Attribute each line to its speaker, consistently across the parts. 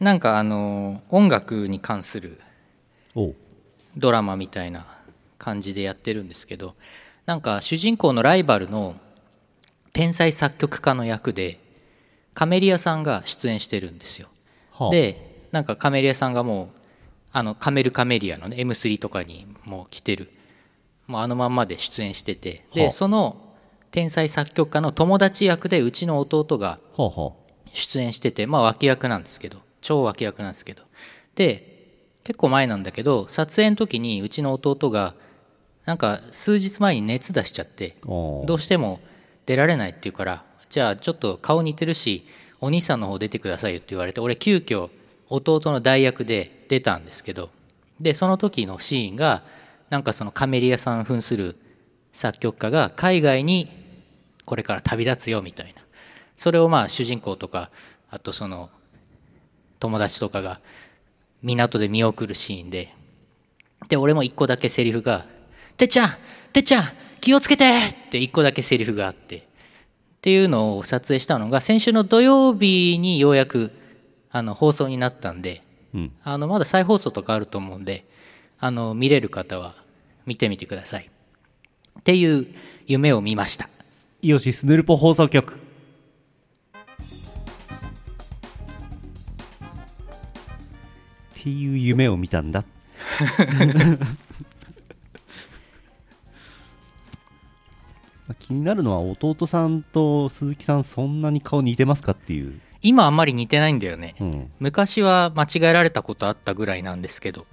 Speaker 1: なんかあの音楽に関する
Speaker 2: おう
Speaker 1: ドラマみたいな感じでやってるんですけどなんか主人公のライバルの天才作曲家の役でカメリアさんが出演してるんですよ。
Speaker 2: はあ、
Speaker 1: でなんかカメリアさんがもうあのカメルカメリアの、ね、M3 とかにもう来てるもうあのまんまで出演しててで、
Speaker 2: はあ
Speaker 1: その天才作曲家の友達役でうちの弟が
Speaker 2: はあは
Speaker 1: 出演しててまあ脇役なんですけど超脇役なんですけどで結構前なんだけど撮影の時にうちの弟がなんか数日前に熱出しちゃって
Speaker 2: あー
Speaker 1: どうしても出られないっていうからじゃあちょっと顔似てるしお兄さんの方出てくださいよって言われて俺急遽弟の代役で出たんですけどでその時のシーンがなんかそのカメリアさん扮する作曲家が海外にこれから旅立つよみたいなそれをまあ主人公とかあとその友達とかが港で見送るシーンでで俺も一個だけセリフが「てっちゃんてっちゃん気をつけて!」って一個だけセリフがあってっていうのを撮影したのが先週の土曜日にようやくあの放送になったんで
Speaker 2: うん、
Speaker 1: あのまだ再放送とかあると思うんであの見れる方は見てみてくださいっていう夢を見ました
Speaker 2: イオシスヌルポ放送局っていう夢を見たんだまあ気になるのは弟さんと鈴木さんそんなに顔似てますかっていう、
Speaker 1: 今あんまり似てないんだよね
Speaker 2: うん、
Speaker 1: 昔は間違えられたことあったぐらいなんですけど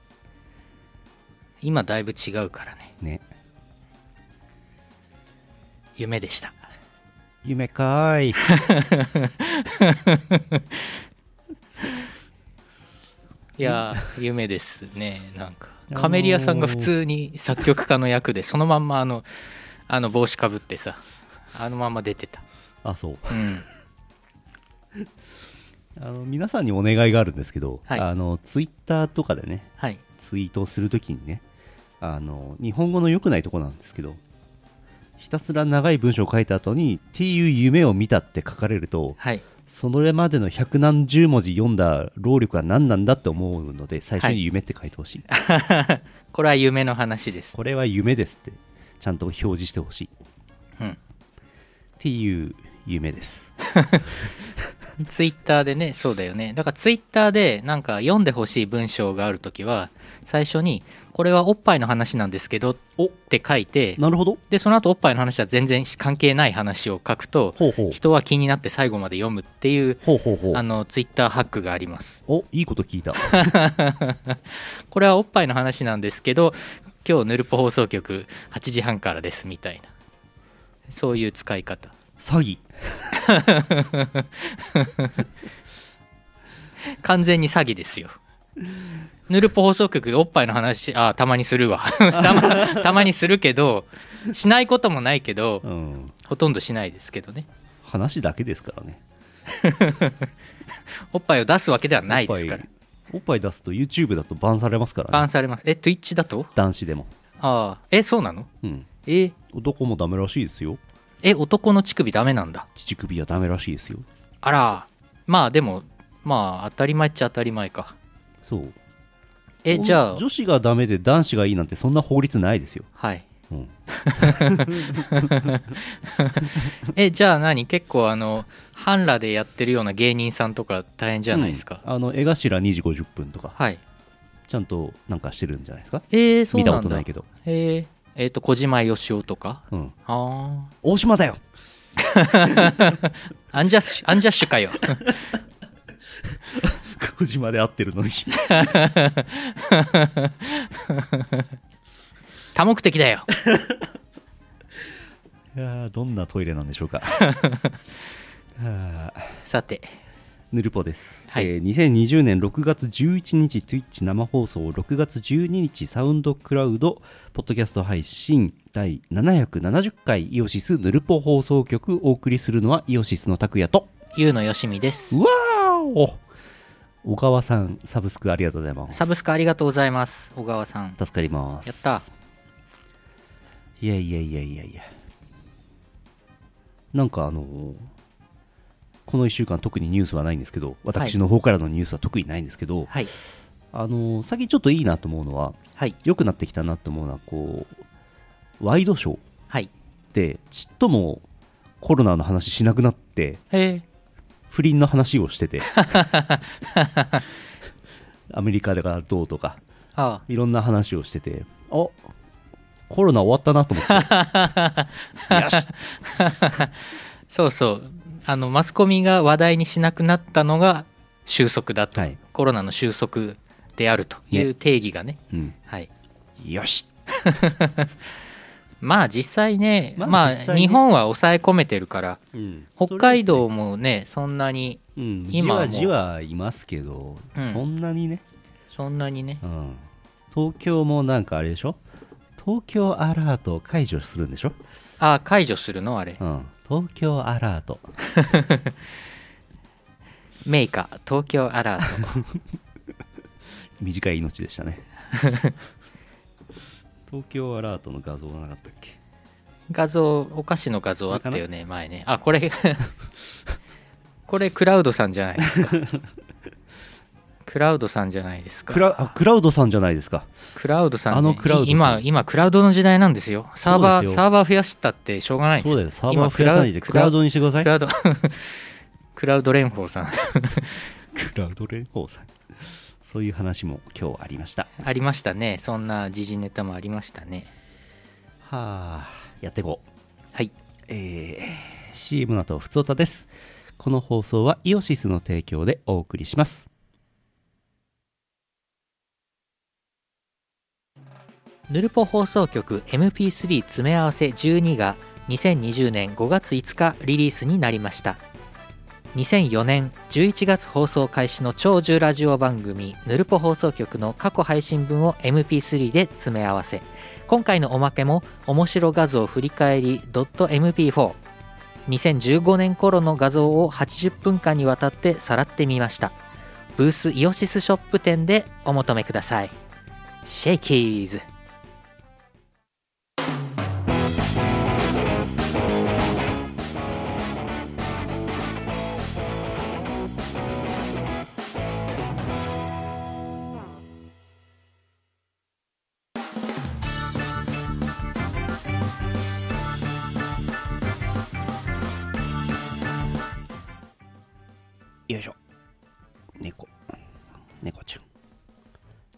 Speaker 1: 今だいぶ違うからね
Speaker 2: ね
Speaker 1: 夢でした
Speaker 2: 夢かーい
Speaker 1: いやー夢ですねなんかカメリアさんが普通に作曲家の役でそのまんまあのあの帽子かぶってさあのまんま出てた
Speaker 2: あそう
Speaker 1: うん
Speaker 2: あの皆さんにお願いがあるんですけど、
Speaker 1: はい
Speaker 2: あのツイッターとかでね
Speaker 1: はい
Speaker 2: ツイートをするときにねあの日本語の良くないとこなんですけどひたすら長い文章を書いた後に「っていう夢を見た」って書かれると
Speaker 1: はい
Speaker 2: それまでの百何十文字読んだ労力は何なんだって思うので最初
Speaker 1: は
Speaker 2: に
Speaker 1: い
Speaker 2: 「夢」って書いてほしい、
Speaker 1: これは夢の話です
Speaker 2: これは夢ですってちゃんと表示してほしいっ
Speaker 1: うん
Speaker 2: ていう夢です
Speaker 1: ツイッターでね、そうだよね。だからツイッターでなんか読んでほしい文章があるときは、最初に、これはおっぱいの話なんですけどっ
Speaker 2: お
Speaker 1: て書いて、
Speaker 2: なるほど
Speaker 1: で、その後おっぱいの話は全然関係ない話を書くと、
Speaker 2: ほうほう
Speaker 1: 人は気になって最後まで読むっていう、
Speaker 2: ほうほうほ
Speaker 1: あ
Speaker 2: う
Speaker 1: の、ツイッターハックがあります。
Speaker 2: おいいこと聞いた
Speaker 1: これはおっぱいの話なんですけど、今日ヌルポ放送局8時半からですみたいな。そういう使い方。
Speaker 2: 詐欺
Speaker 1: 完全に詐欺ですよ。ヌルポ放送局でおっぱいの話あたまにするわ たまたまにするけどしないこともないけど
Speaker 2: うん
Speaker 1: ほとんどしないですけどね
Speaker 2: 話だけですからね
Speaker 1: おっぱいを出すわけではないですから
Speaker 2: おっぱいおっぱい出すと YouTube だとバンされますからね
Speaker 1: バンされますえ Twitch だと
Speaker 2: 男子でも、
Speaker 1: ああえそうなの
Speaker 2: うん、
Speaker 1: え
Speaker 2: 男もダメらしいですよ
Speaker 1: え男の乳首ダメなんだ
Speaker 2: 乳首はダメらしいですよ
Speaker 1: あらまあでもまあ当たり前っちゃ当たり前か
Speaker 2: そう
Speaker 1: えじゃあ
Speaker 2: 女子がダメで男子がいいなんてそんな法律ないですよ、
Speaker 1: はい
Speaker 2: うん、
Speaker 1: えじゃあ何結構あの半裸でやってるような芸人さんとか大変じゃないですか、
Speaker 2: うんあの江頭2時50分とか
Speaker 1: はい
Speaker 2: ちゃんとなんかしてるんじゃないですか
Speaker 1: えー、そう
Speaker 2: 見た
Speaker 1: な
Speaker 2: こ
Speaker 1: ん
Speaker 2: と
Speaker 1: だ
Speaker 2: ないけど、
Speaker 1: えー、えーと、小島よしおとか。
Speaker 2: うん、
Speaker 1: あ
Speaker 2: 大島だよ
Speaker 1: あ。アンジャッシュ、アンジャッシュかよ。
Speaker 2: 小島で会ってるのに
Speaker 1: 多目的だよ。
Speaker 2: いやーどんなトイレなんでしょうかはあ
Speaker 1: さて、
Speaker 2: ぬるぽです、
Speaker 1: はい
Speaker 2: えー2020年6月11日 Twitch 生放送6月12日サウンドクラウドポッドキャスト配信第770回イオシスヌルポ放送局お送りするのはイオシスの拓也と
Speaker 1: ゆうのよしみです
Speaker 2: う。わーお小川さんサブスクありがとうございます
Speaker 1: サブスクありがとうございます。小川さん。
Speaker 2: 助かります
Speaker 1: やった。
Speaker 2: いやいやいやいやいやなんかあのーこの1週間特にニュースはないんですけど私の方からのニュースは特にないんですけど、
Speaker 1: はい
Speaker 2: あの最近ちょっといいなと思うのは
Speaker 1: はい
Speaker 2: 良くなってきたなと思うのはこうワイドショーっ
Speaker 1: はい
Speaker 2: てちっともコロナの話しなくなって
Speaker 1: え
Speaker 2: 不倫の話をしててアメリカがどうとか
Speaker 1: あ
Speaker 2: いろんな話をしててあコロナ終わったなと思って よし
Speaker 1: あそうそうあのマスコミが話題にしなくなったのが収束だと、
Speaker 2: はい
Speaker 1: コロナの収束であるという定義がね
Speaker 2: うん
Speaker 1: はい
Speaker 2: よし
Speaker 1: まあ実際ね,、
Speaker 2: ま
Speaker 1: ま
Speaker 2: あ
Speaker 1: あ、
Speaker 2: 実際ね
Speaker 1: 日本は抑え込めてるから
Speaker 2: うん
Speaker 1: 北海道もねそんなに
Speaker 2: うん、じ
Speaker 1: 今は
Speaker 2: わ
Speaker 1: もう
Speaker 2: じわいますけど、
Speaker 1: うん
Speaker 2: そんなにね、
Speaker 1: そんなにね
Speaker 2: うん、東京もなんかあれでしょ東京アラートを解除するんでしょ、
Speaker 1: ああ解除するのあれ
Speaker 2: うん、東京アラート
Speaker 1: メーカー東京アラ ート
Speaker 2: 短い命でした ね東京アラートの画像がなかったっけ
Speaker 1: 画像お菓子の画像あったよね前ねあこれ これクラウドさんじゃないです かクラウドさんじゃないですか
Speaker 2: クラあクラウドさんじゃないですか
Speaker 1: クラウドさん、ね、
Speaker 2: あのクラウドさん
Speaker 1: い今今クラウドの時代なんですよサーバ
Speaker 2: そうで
Speaker 1: ー
Speaker 2: すよ
Speaker 1: サーバー増やしたってしょうがないんです
Speaker 2: そうだよサーバー増やさないで
Speaker 1: 今
Speaker 2: クラウドにしてください
Speaker 1: クラウド クラウド連邦さん
Speaker 2: クラウド連合さんそういう話も今日ありました
Speaker 1: ありましたねそんな時事ネタもありましたね
Speaker 2: はあやっていこう
Speaker 1: はい
Speaker 2: えー、CM の後、ふつおたです。この放送はイオシスの提供でお送りします。
Speaker 1: ヌルポ放送局 MP3 詰め合わせ12が2020年5月5日リリースになりました2004年11月放送開始の長寿ラジオ番組「ヌルポ放送局」の過去配信分を MP3 で詰め合わせ今回のおまけも「面白画像振り返り .mp4」2015年頃の画像を80分間にわたってさらってみましたブースイオシスショップ店でお求めくださいシェイキーズ
Speaker 2: よいしょ。猫。猫ちゃん。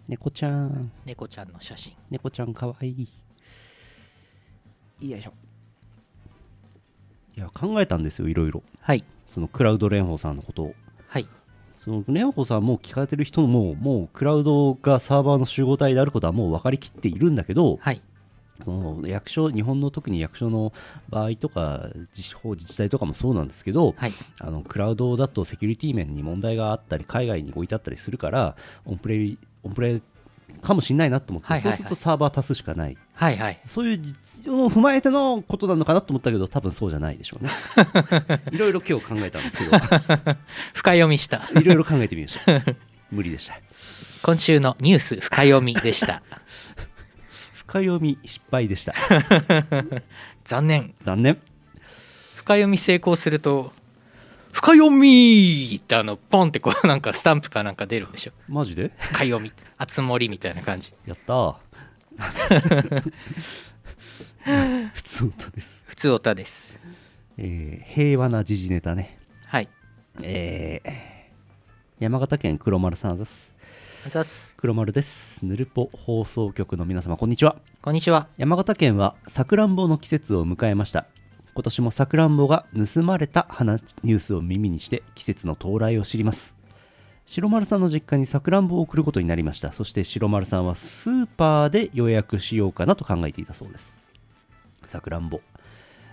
Speaker 2: 猫ちゃん。
Speaker 1: 猫ちゃんの写真
Speaker 2: 猫ちゃんかわいい。よいしょ。いや、考えたんですよ、いろいろ。
Speaker 1: はい
Speaker 2: そのクラウド蓮舫さんのことを。
Speaker 1: はい
Speaker 2: その蓮舫さんも聞かれてる人も、もうクラウドがサーバーの集合体であることはもう分かりきっているんだけど、
Speaker 1: はい
Speaker 2: その役所日本の特に役所の場合とか地方自治体とかもそうなんですけど、
Speaker 1: はい
Speaker 2: あのクラウドだとセキュリティ面に問題があったり海外に置いてあったりするからオンプレオンプレかもしれないなと思って、
Speaker 1: はいはいはい
Speaker 2: そうするとサーバー足すしかない
Speaker 1: はいはい
Speaker 2: そういう実情を踏まえてのことなのかなと思ったけど多分そうじゃないでしょう ねいろいろ今日考えたんですけど
Speaker 1: 深読みした
Speaker 2: いろいろ考えてみました無理でした
Speaker 1: 今週のニュース深読みでした
Speaker 2: 深読み失敗でした
Speaker 1: 残念
Speaker 2: 残念
Speaker 1: 深読み成功すると深読みってあのポンってこうなんかスタンプかなんか出るんでしょ
Speaker 2: マジで
Speaker 1: 深読みあつ森みたいな感じ
Speaker 2: やったー 普通歌です、
Speaker 1: 普通オタです
Speaker 2: えー平和な時事ネタね
Speaker 1: はい
Speaker 2: えー山形県黒丸さんです
Speaker 1: あざっす
Speaker 2: 黒丸ですぬるぽ放送局の皆様こんにちは
Speaker 1: こんにちは
Speaker 2: 山形県はさくらんぼの季節を迎えました今年もさくらんぼが盗まれた話ニュースを耳にして季節の到来を知ります白丸さんの実家にさくらんぼを送ることになりましたそして白丸さんはスーパーで予約しようかなと考えていたそうですさくらんぼ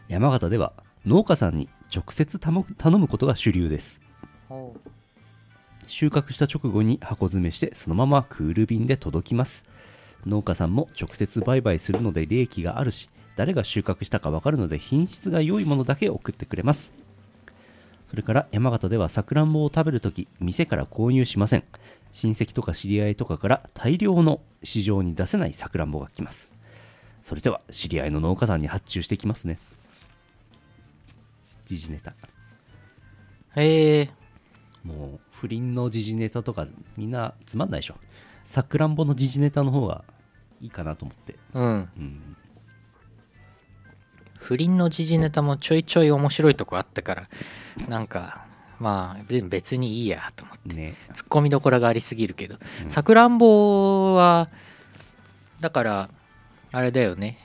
Speaker 2: 山形では農家さんに直接頼む頼むことが主流です収穫した直後に箱詰めしてそのままクール便で届きます農家さんも直接売買するので利益があるし誰が収穫したか分かるので品質が良いものだけ送ってくれますそれから山形ではさくらんぼを食べるとき店から購入しません親戚とか知り合いとかから大量の市場に出せないさくらんぼが来ますそれでは知り合いの農家さんに発注してきますね時事ネタ
Speaker 1: へえ
Speaker 2: もう不倫の時事ネタとかみんなつまんないでしょさくらんぼの時事ネタの方がいいかなと思って
Speaker 1: うん
Speaker 2: うん
Speaker 1: 不倫の時事ネタもちょいちょい面白いとこあったからなんかまあべ別にいいやと思って
Speaker 2: ね
Speaker 1: ツッコミどころがありすぎるけどさくらんぼはだからあれだよね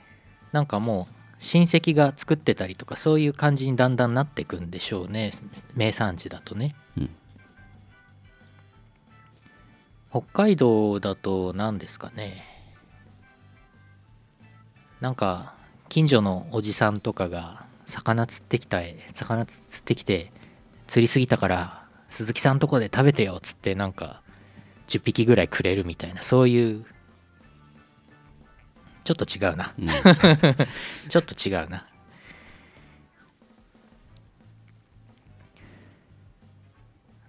Speaker 1: なんかもう親戚が作ってたりとかそういう感じにだんだんなってくんでしょうね名産地だとね
Speaker 2: うん
Speaker 1: 北海道だと何ですかねなんか近所のおじさんとかが魚釣ってきた魚釣ってきて釣りすぎたから鈴木さんとこで食べてよっつってなんか10匹ぐらいくれるみたいなそういうちょっと違うな
Speaker 2: うん
Speaker 1: ちょっと違うな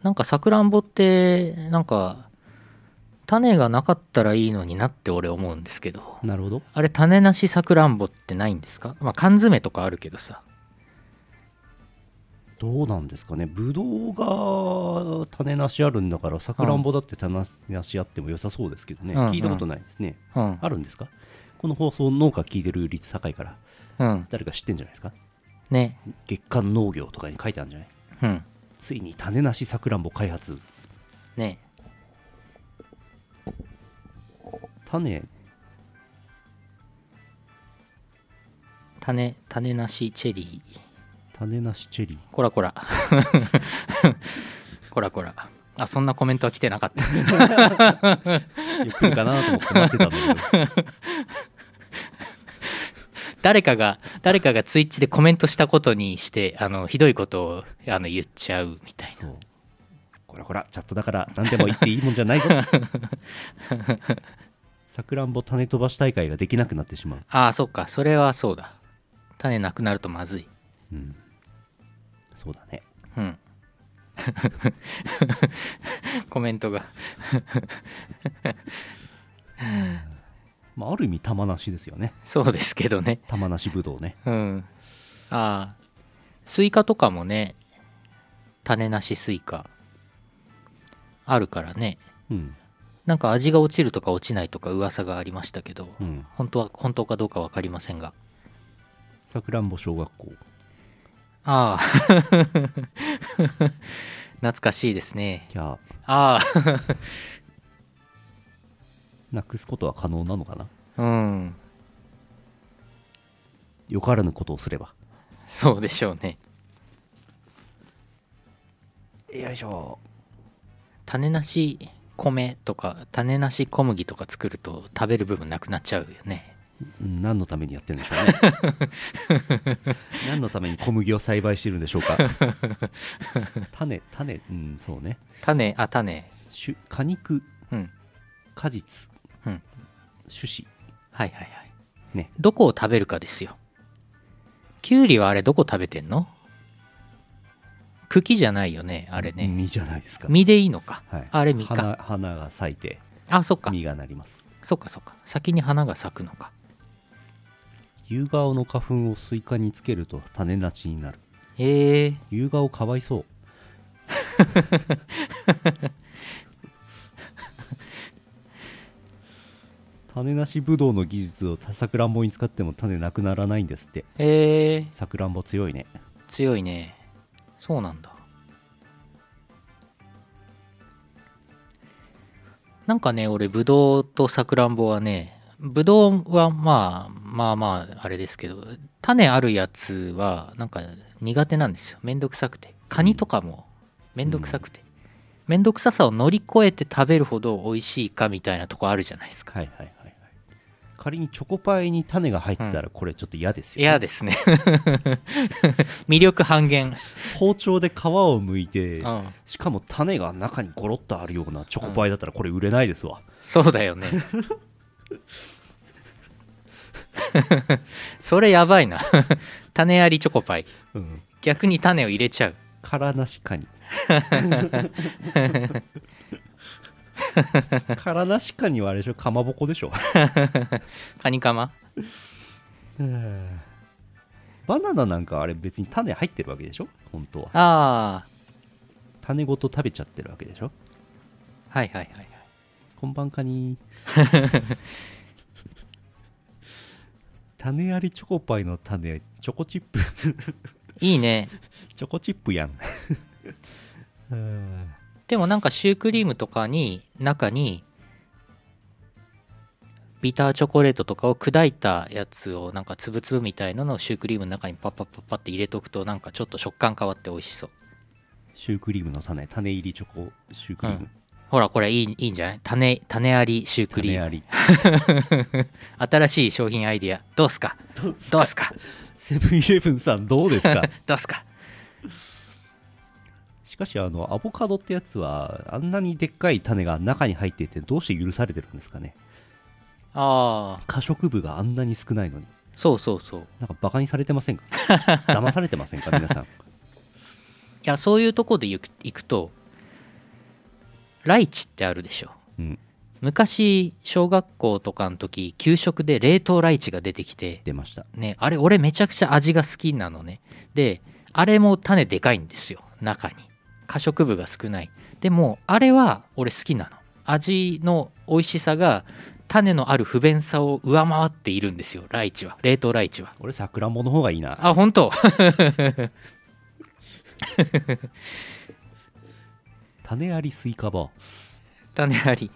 Speaker 1: なんかさくらんぼってなんか種がなかったらいいのになって俺思うんですけど
Speaker 2: なるほど
Speaker 1: あれ種なしさくらんぼってないんですかまあ缶詰とかあるけどさ
Speaker 2: どうなんですかねぶどうが種なしあるんだからさくらんぼだって種なしあっても良さそうですけどね、
Speaker 1: うん
Speaker 2: 聞いたことないですね、
Speaker 1: うん
Speaker 2: あるんですかこの放送農家聞いてる率高いから
Speaker 1: うん
Speaker 2: 誰か知ってんじゃないですか
Speaker 1: ね
Speaker 2: 月刊農業とかに書いてあるんじゃない
Speaker 1: うん
Speaker 2: ついに種なしさくらんぼ開発
Speaker 1: ね
Speaker 2: 種
Speaker 1: 種種なしチェリー
Speaker 2: 種なしチェリー
Speaker 1: こらこ らこらこらあそんなコメントは来てなかった
Speaker 2: よく来るかなと思って待ってたんだけど
Speaker 1: 誰かが、誰かがツイッチでコメントしたことにして、あの、ひどいことをあの言っちゃうみたい
Speaker 2: そうこらこらチャットだから何でも言っていいもんじゃない ぞさくらんぼ種飛ばし大会ができなくなってしまう、
Speaker 1: な。ああ、そっか、それはそうだ。種なくなるとまずい。
Speaker 2: うん、そうだね
Speaker 1: うん。 コメントが。
Speaker 2: まあある意味玉なしですよね
Speaker 1: そうですけどね。
Speaker 2: 玉なしぶどうね
Speaker 1: うん。ああ、スイカとかもね、種なしスイカ、あるからね。
Speaker 2: うん
Speaker 1: なんか味が落ちるとか落ちないとか噂がありましたけど、
Speaker 2: うん
Speaker 1: 本当は、本当かどうかわかりませんが。
Speaker 2: さくらんぼ小学校
Speaker 1: ああ 懐かしいですね
Speaker 2: キャー
Speaker 1: あ
Speaker 2: なくすことは可能なのかな
Speaker 1: あうん
Speaker 2: よからぬことをすれば
Speaker 1: そうでしょうね
Speaker 2: よいしょ
Speaker 1: 種なし米とか種なし小麦とか作ると食べる部分なくなっちゃうよね
Speaker 2: うん何のためにやってるんでしょうね 何のために小麦を栽培してるんでしょうか種種うんそうね
Speaker 1: 種あ種
Speaker 2: 種果肉
Speaker 1: うん
Speaker 2: 果実、
Speaker 1: うん
Speaker 2: 種子
Speaker 1: はいはいはい
Speaker 2: ね
Speaker 1: どこを食べるかですよきゅうりはあれどこ食べてんの茎じゃないよねあれね
Speaker 2: 実じゃないですか、
Speaker 1: 実でいいのか、
Speaker 2: はい、
Speaker 1: あれ実か
Speaker 2: 花花が咲いて
Speaker 1: あそっか
Speaker 2: 実がなります
Speaker 1: そっかそっか先に花が咲くのか
Speaker 2: ユウガオの花粉をスイカにつけると種なしになる
Speaker 1: へえ
Speaker 2: ユウガオかわい そう種なしぶどうの技術をさくらんぼに使っても種なくならないんですって
Speaker 1: へえ
Speaker 2: さくらんぼ強いね
Speaker 1: 強いねそうなんだなんかね俺ブドウとさくらんぼはねブドウはまあまあまああれですけど種あるやつはなんか苦手なんですよめんどくさくてカニとかもめんどくさくて、めんどくささを乗り越えて食べるほど美味しいかみたいなとこあるじゃないですか
Speaker 2: はいはいはいはい仮にチョコパイに種が入ってたらこれちょっと嫌ですよ、
Speaker 1: 嫌ですね 魅力半減、
Speaker 2: 包丁で皮を剥いうて
Speaker 1: ん、
Speaker 2: しかも種が中にゴロッとあるようなチョコパイだったらこれ売れないですわ、
Speaker 1: そうだよね。 それやばいな。 種ありチョコパイ。
Speaker 2: うん、
Speaker 1: 逆に種を入れちゃう。
Speaker 2: 殻なしカ ニ殻なしカニはあれでしょかまぼこでしょ
Speaker 1: カニカマ
Speaker 2: バナナなんかあれ別に種入ってるわけでしょ本当は
Speaker 1: ああ。
Speaker 2: 種ごと食べちゃってるわけでしょ
Speaker 1: はいはいはいはい
Speaker 2: こんばんか に種ありチョコパイの種チョコチップ
Speaker 1: いいね
Speaker 2: チョコチップやんうん
Speaker 1: でもなんかシュークリームとかに中にビターチョコレートとかを砕いたやつをなんかつぶつぶみたいなのをシュークリームの中にパッパッパッパって入れとくとなんかちょっと食感変わって美味しそう
Speaker 2: シュークリームの種種入りチョコシュークリーム、
Speaker 1: うんほらこれいいいいんじゃない種種ありシュークリ
Speaker 2: 種
Speaker 1: ーム
Speaker 2: あり
Speaker 1: 新しい商品アイディアどうすかどうすか
Speaker 2: セブンイレブンさんどうですか
Speaker 1: どうすか
Speaker 2: しかしあのアボカドってやつはあんなにでっかい種が中に入っていてどうして許されてるんですかね
Speaker 1: ああ
Speaker 2: 可食部があんなに少ないのに
Speaker 1: そうそうそうい
Speaker 2: なんかバカにされて ませんか騙されてませんか皆さん
Speaker 1: やそういうとこで行く行くとライチってあるでしょ
Speaker 2: うん
Speaker 1: 昔小学校とかの時給食で冷凍ライチが出てきて
Speaker 2: 出ました
Speaker 1: ねあれ俺めちゃくちゃ味が好きなのねであれも種でかいんですよ中に可食部が少ないでもあれは俺好きなの味の美味しさが種のある不便さを上回っているんですよライチは冷凍ライチは
Speaker 2: 俺さくらんぼの方がいいな
Speaker 1: あ本当
Speaker 2: 種ありスイカバー
Speaker 1: 種あり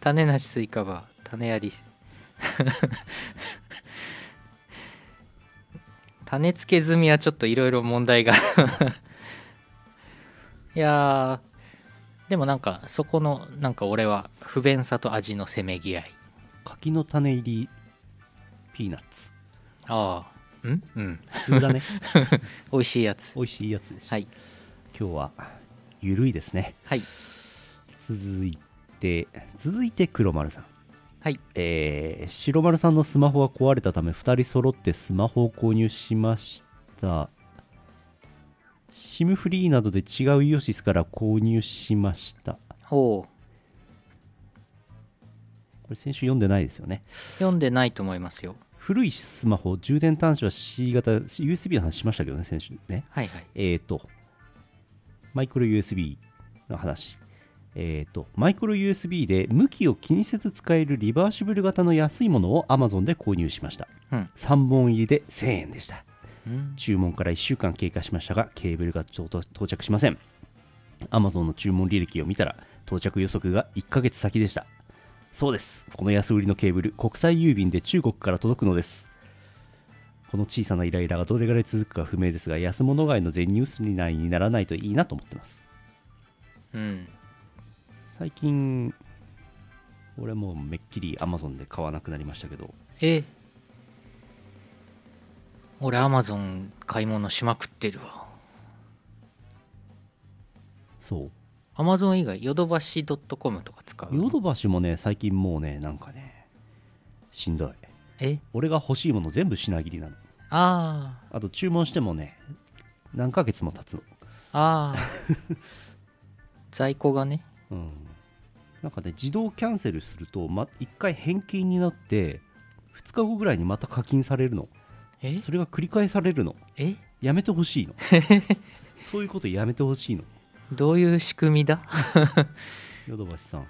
Speaker 1: 種なしスイカバー種あり 種付け済みはちょっといろいろ問題が いやーでもなんかそこのなんか俺は不便さと味のせめぎ合い
Speaker 2: 柿の種入りピーナッツ
Speaker 1: ああうんうん
Speaker 2: 普 通だね
Speaker 1: 美味しいやつ
Speaker 2: 美味しいやつです、
Speaker 1: はい
Speaker 2: 今日はゆるいですね
Speaker 1: はい
Speaker 2: 続いて続いて黒丸さん
Speaker 1: はい
Speaker 2: えー白丸さんのスマホは壊れたため2人揃ってスマホを購入しましたシムフリーなどで違うイオシスから購入しました
Speaker 1: おう
Speaker 2: これ先週読んでないですよね
Speaker 1: 読んでないと思いますよ
Speaker 2: 古いスマホ充電端子は C 型 USB の話しましたけどね先週ね
Speaker 1: はいはい
Speaker 2: えー、と、マイクロ USB の話。えー、と、マイクロ USB で向きを気にせず使えるリバーシブル型の安いものを Amazon で購入しました。
Speaker 1: うん
Speaker 2: 3本入りで1000円でした。
Speaker 1: うん
Speaker 2: 注文から1週間経過しましたが、ケーブルがちょうど到着しません。Amazon の注文履歴を見たら、到着予測が1ヶ月先でした。そうです。この安売りのケーブル、国際郵便で中国から届くのです。この小さなイライラがどれぐらい続くか不明ですが、安物買いの全ニュースにないにならないといいなと思ってます。
Speaker 1: うん
Speaker 2: 最近、俺もうめっきり Amazon で買わなくなりましたけど、
Speaker 1: え俺アマゾン買い物しまくってるわ
Speaker 2: そう。
Speaker 1: アマゾン以外ヨドバシ .com とか使う
Speaker 2: ヨドバシもね、最近もうね、なんかね、しんどい。
Speaker 1: え
Speaker 2: 俺が欲しいもの全部品切りなの。
Speaker 1: あ
Speaker 2: あと注文してもね、何ヶ月も経つの。
Speaker 1: あああ 在庫がね
Speaker 2: うん。なんかね、自動キャンセルすると、ま、1回返金になって、2日後ぐらいにまた課金されるの。
Speaker 1: え
Speaker 2: それが繰り返されるの。
Speaker 1: え
Speaker 2: やめてほしいの。そういうことやめてほしいの。
Speaker 1: どういう仕組みだ
Speaker 2: ヨドバシさん、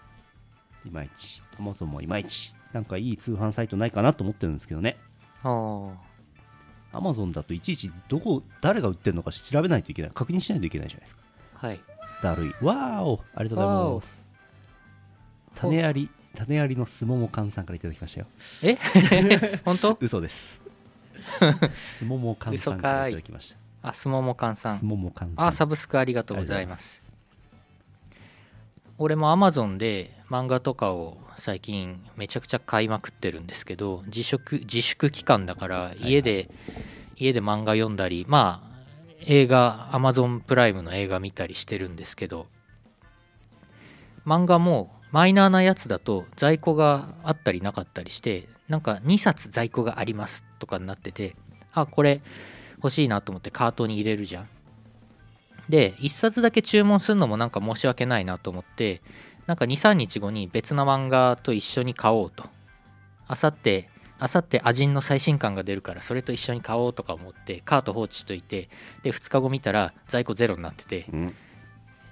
Speaker 2: いまいち。アマゾンもいまいち。なんかいい通販サイトないかなと思ってるんですけどね。
Speaker 1: あー
Speaker 2: アマゾンだといちいちどこ、誰が売ってるのか調べないといけない。確認しないといけないじゃないですか。
Speaker 1: はい
Speaker 2: だるいわーおありがとうございます種あり種ありのすももかんさんからいただきましたよ
Speaker 1: え 本当
Speaker 2: 嘘です すももかんさんからいただきまし
Speaker 1: あすももかんさ
Speaker 2: たす
Speaker 1: ん
Speaker 2: ももかんさん
Speaker 1: あサブスクありがとうございます俺も Amazon で漫画とかを最近めちゃくちゃ買いまくってるんですけど自粛自粛期間だから
Speaker 2: はい
Speaker 1: 家で、家で漫画読んだりまあ映画 Amazon プライムの映画見たりしてるんですけど漫画もマイナーなやつだと在庫があったりなかったりしてなんか2冊在庫がありますとかになっててあこれ欲しいなと思ってカートに入れるじゃんで1冊だけ注文するのもなんか申し訳ないなと思ってなんか23日後に別の漫画と一緒に買おうとあさってあさってアジンの最新刊が出るからそれと一緒に買おうとか思ってカート放置しといてで2日後見たら在庫ゼロになってて
Speaker 2: うん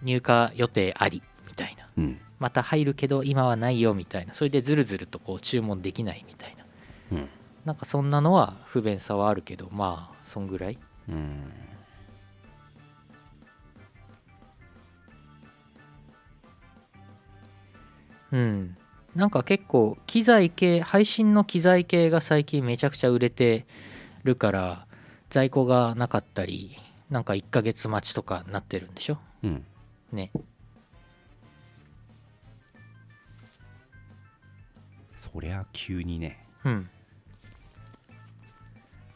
Speaker 1: 入荷予定ありみたいな
Speaker 2: うん
Speaker 1: また入るけど今はないよみたいなそれでずるずるとこう注文できないみたいな
Speaker 2: うん
Speaker 1: なんかそんなのは不便さはあるけどまあそんぐらい
Speaker 2: うん
Speaker 1: うんなんか結構機材系配信の機材系が最近めちゃくちゃ売れてるから在庫がなかったりなんか1ヶ月待ちとかなってるんでしょ
Speaker 2: うん
Speaker 1: ね
Speaker 2: そりゃ急にね
Speaker 1: うん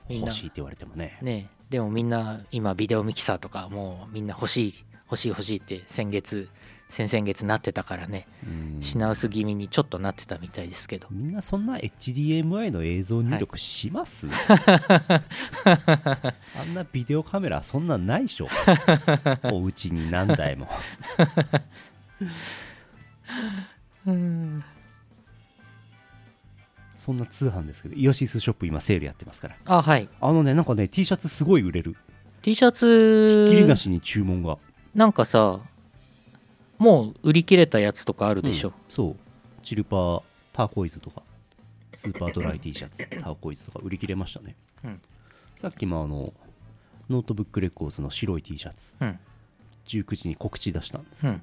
Speaker 1: みん
Speaker 2: 欲
Speaker 1: な
Speaker 2: しいって言われてもね
Speaker 1: ねでもみんな今ビデオミキサーとかもうみんな欲しい欲しい欲しいって先月先々月なってたからね
Speaker 2: うん
Speaker 1: 品薄気味にちょっとなってたみたいですけど
Speaker 2: みんなそんな HDMI の映像入力し ます、あんなビデオカメラそんなんないでし ょおうちに何台も
Speaker 1: うん
Speaker 2: そんな通販ですけどイオシスショップ今セールやってますから
Speaker 1: あはい
Speaker 2: あのねなんかね T シャツすごい売れる
Speaker 1: T シャ
Speaker 2: ひっきりな
Speaker 1: ツ
Speaker 2: しに注文が
Speaker 1: なんかさもう売り切れたやつとかあるでしょ、
Speaker 2: うんそうチルパーターコイズとかスーパードライ T シャツターコイズとか売り切れましたね
Speaker 1: うん
Speaker 2: さっきもあのノートブックレコーズの白い T シャツ
Speaker 1: うん
Speaker 2: 19時に告知出したんです
Speaker 1: うん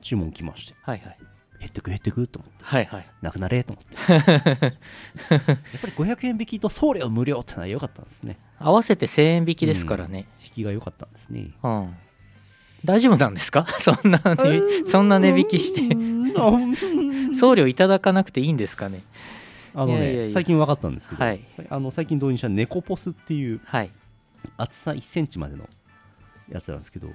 Speaker 2: 注文来まして
Speaker 1: はいはい
Speaker 2: 減ってく減ってくと思って
Speaker 1: はいはい
Speaker 2: なくなれと思っ てやっぱり500円引きと送料無料ってのは良かったんですね
Speaker 1: 合わせて1000円引きですからね
Speaker 2: 引きが良かったんですね
Speaker 1: うん、大丈夫なんですか そんなにそんな値引きして
Speaker 2: て
Speaker 1: 送料いただかなくていいんですかね
Speaker 2: あのね
Speaker 1: いやいやいや
Speaker 2: 最近分かったんですけど、
Speaker 1: はい
Speaker 2: さあの最近導入したネコポスっていう
Speaker 1: はい
Speaker 2: 厚さ1センチまでのやつなんですけど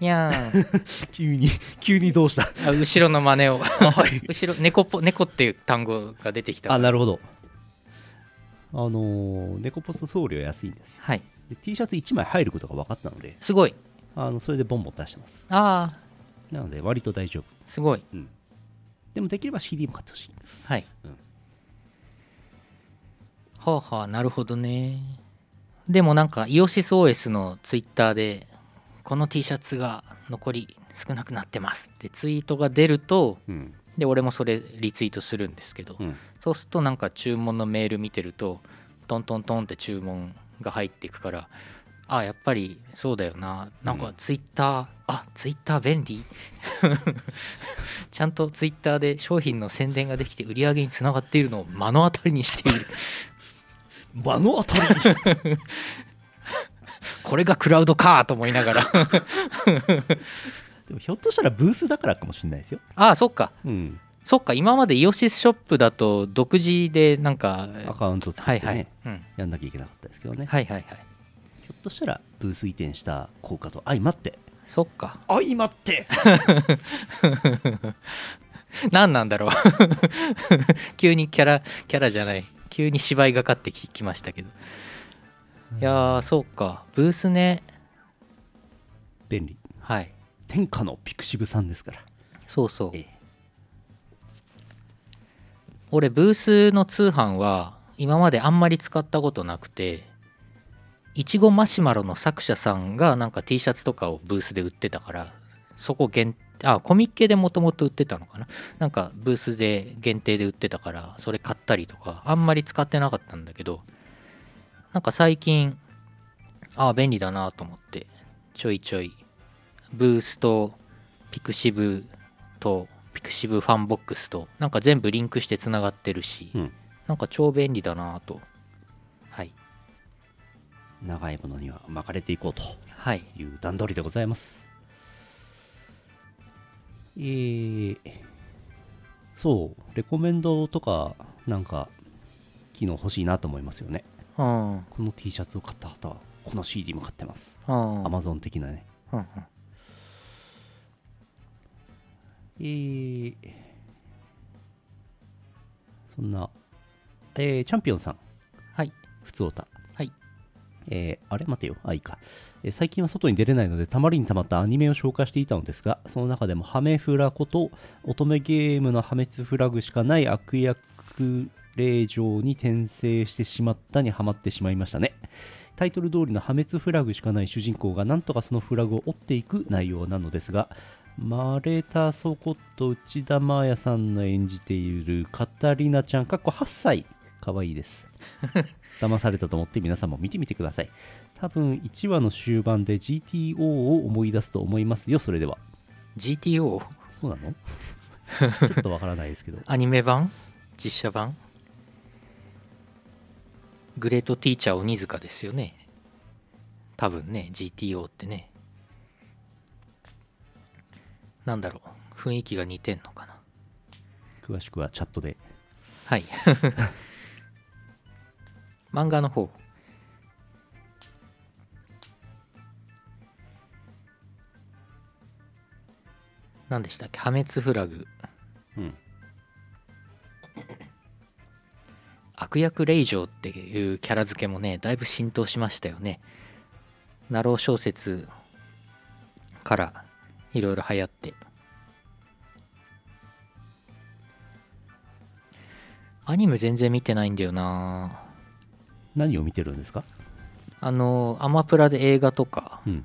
Speaker 1: にゃーん
Speaker 2: 急に 急にどうした
Speaker 1: あ後ろの真似を
Speaker 2: はい
Speaker 1: 後ろ猫ぽ猫っていう単語が出てきた
Speaker 2: あなるほどあのーネコポス送料安いんですよ
Speaker 1: はい
Speaker 2: で T シャツ1枚入ることが分かったのです
Speaker 1: ごい
Speaker 2: あのそれでボンボン出してます
Speaker 1: ああ
Speaker 2: なので割と大丈夫
Speaker 1: すごい
Speaker 2: でもできれば CD も買ってほしい
Speaker 1: はい、
Speaker 2: うん
Speaker 1: はあはあなるほどねでもなんかイオシス OS のツイッターでこの T シャツが残り少なくなってますってツイートが出ると
Speaker 2: うん
Speaker 1: で俺もそれリツイートするんですけど、
Speaker 2: うん
Speaker 1: そうするとなんか注文のメール見てるとトントントンって注文が入っていくからああやっぱりそうだよななん
Speaker 2: う
Speaker 1: か
Speaker 2: ん
Speaker 1: ツイッター、あツイッター便利 ちゃんとツイッターで商品の宣伝ができて売り上げにつながっているのを目の当たりにしてい る
Speaker 2: 目の当 たりに
Speaker 1: これがクラウドかと思いなが ら
Speaker 2: でもひょっとしたらブースだからかもしれないですよ
Speaker 1: ああそっか
Speaker 2: うん
Speaker 1: そっか今までイオシスショップだと独自でなんか
Speaker 2: アカウント作
Speaker 1: は
Speaker 2: っ
Speaker 1: い
Speaker 2: てね、
Speaker 1: はい、うん、
Speaker 2: やんなきゃいけなかったですけどね、
Speaker 1: はいはいはい
Speaker 2: ひょっとしたらブース移転した効果と相まって
Speaker 1: そっか
Speaker 2: 相まって
Speaker 1: 何なんだろう 急にキャラキャラじゃない急に芝居がかってききましたけどいやーそうかブースね
Speaker 2: 便利
Speaker 1: はい
Speaker 2: 天下のピクシブさんですから
Speaker 1: そうそう
Speaker 2: ええ
Speaker 1: 俺ブースの通販は今まであんまり使ったことなくていちごマシュマロの作者さんがなんか T シャツとかをブースで売ってたからそこ限あコミッケでもともと売ってたのかななんかブースで限定で売ってたからそれ買ったりとかあんまり使ってなかったんだけどなんか最近ああ便利だなと思ってちょいちょいブースとピクシブとピクシブファンボックスとなんか全部リンクしてつながってるし、
Speaker 2: うん
Speaker 1: なんか超便利だなとはい
Speaker 2: 長いものには巻かれていこうと
Speaker 1: はい
Speaker 2: いう段取りでございますえー、そうレコメンドとかなんか機能欲しいなと思いますよね
Speaker 1: うんうん
Speaker 2: この T シャツを買った方はこの CD も買ってます
Speaker 1: うん
Speaker 2: アマゾン的なね
Speaker 1: うん
Speaker 2: えーそんな、えーチャンピオンさん、
Speaker 1: はい
Speaker 2: ふつおた。
Speaker 1: はい
Speaker 2: えーあれ待てよ、あ、いいか、えー最近は外に出れないので、たまりにたまったアニメを紹介していたのですが、その中でも、ハメフラこと、乙女ゲームの破滅フラグしかない悪役令状に転生してしまったにハマってしまいましたね。タイトル通りの破滅フラグしかない主人公がなんとかそのフラグを追っていく内容なのですがマレタ・ソコと内田真彩さんの演じているカタリナちゃんかっこ8歳かわいいです騙されたと思って皆さんも見てみてください多分1話の終盤で GTO を思い出すと思いますよそれでは
Speaker 1: GTO
Speaker 2: そうなの ちょっとわからないですけど
Speaker 1: アニメ版実写版グレートティーチャー鬼塚ですよね多分ね GTO ってねなんだろう雰囲気が似てんのかな
Speaker 2: 詳しくはチャットで
Speaker 1: はい 漫画の方何でしたっけ破滅フラグ
Speaker 2: うん
Speaker 1: 悪役令嬢っていうキャラ付けもねだいぶ浸透しましたよねナロー小説からいろいろ流行ってアニメ全然見てないんだよな
Speaker 2: 何を見てるんですか
Speaker 1: あのアマプラで映画とか
Speaker 2: うん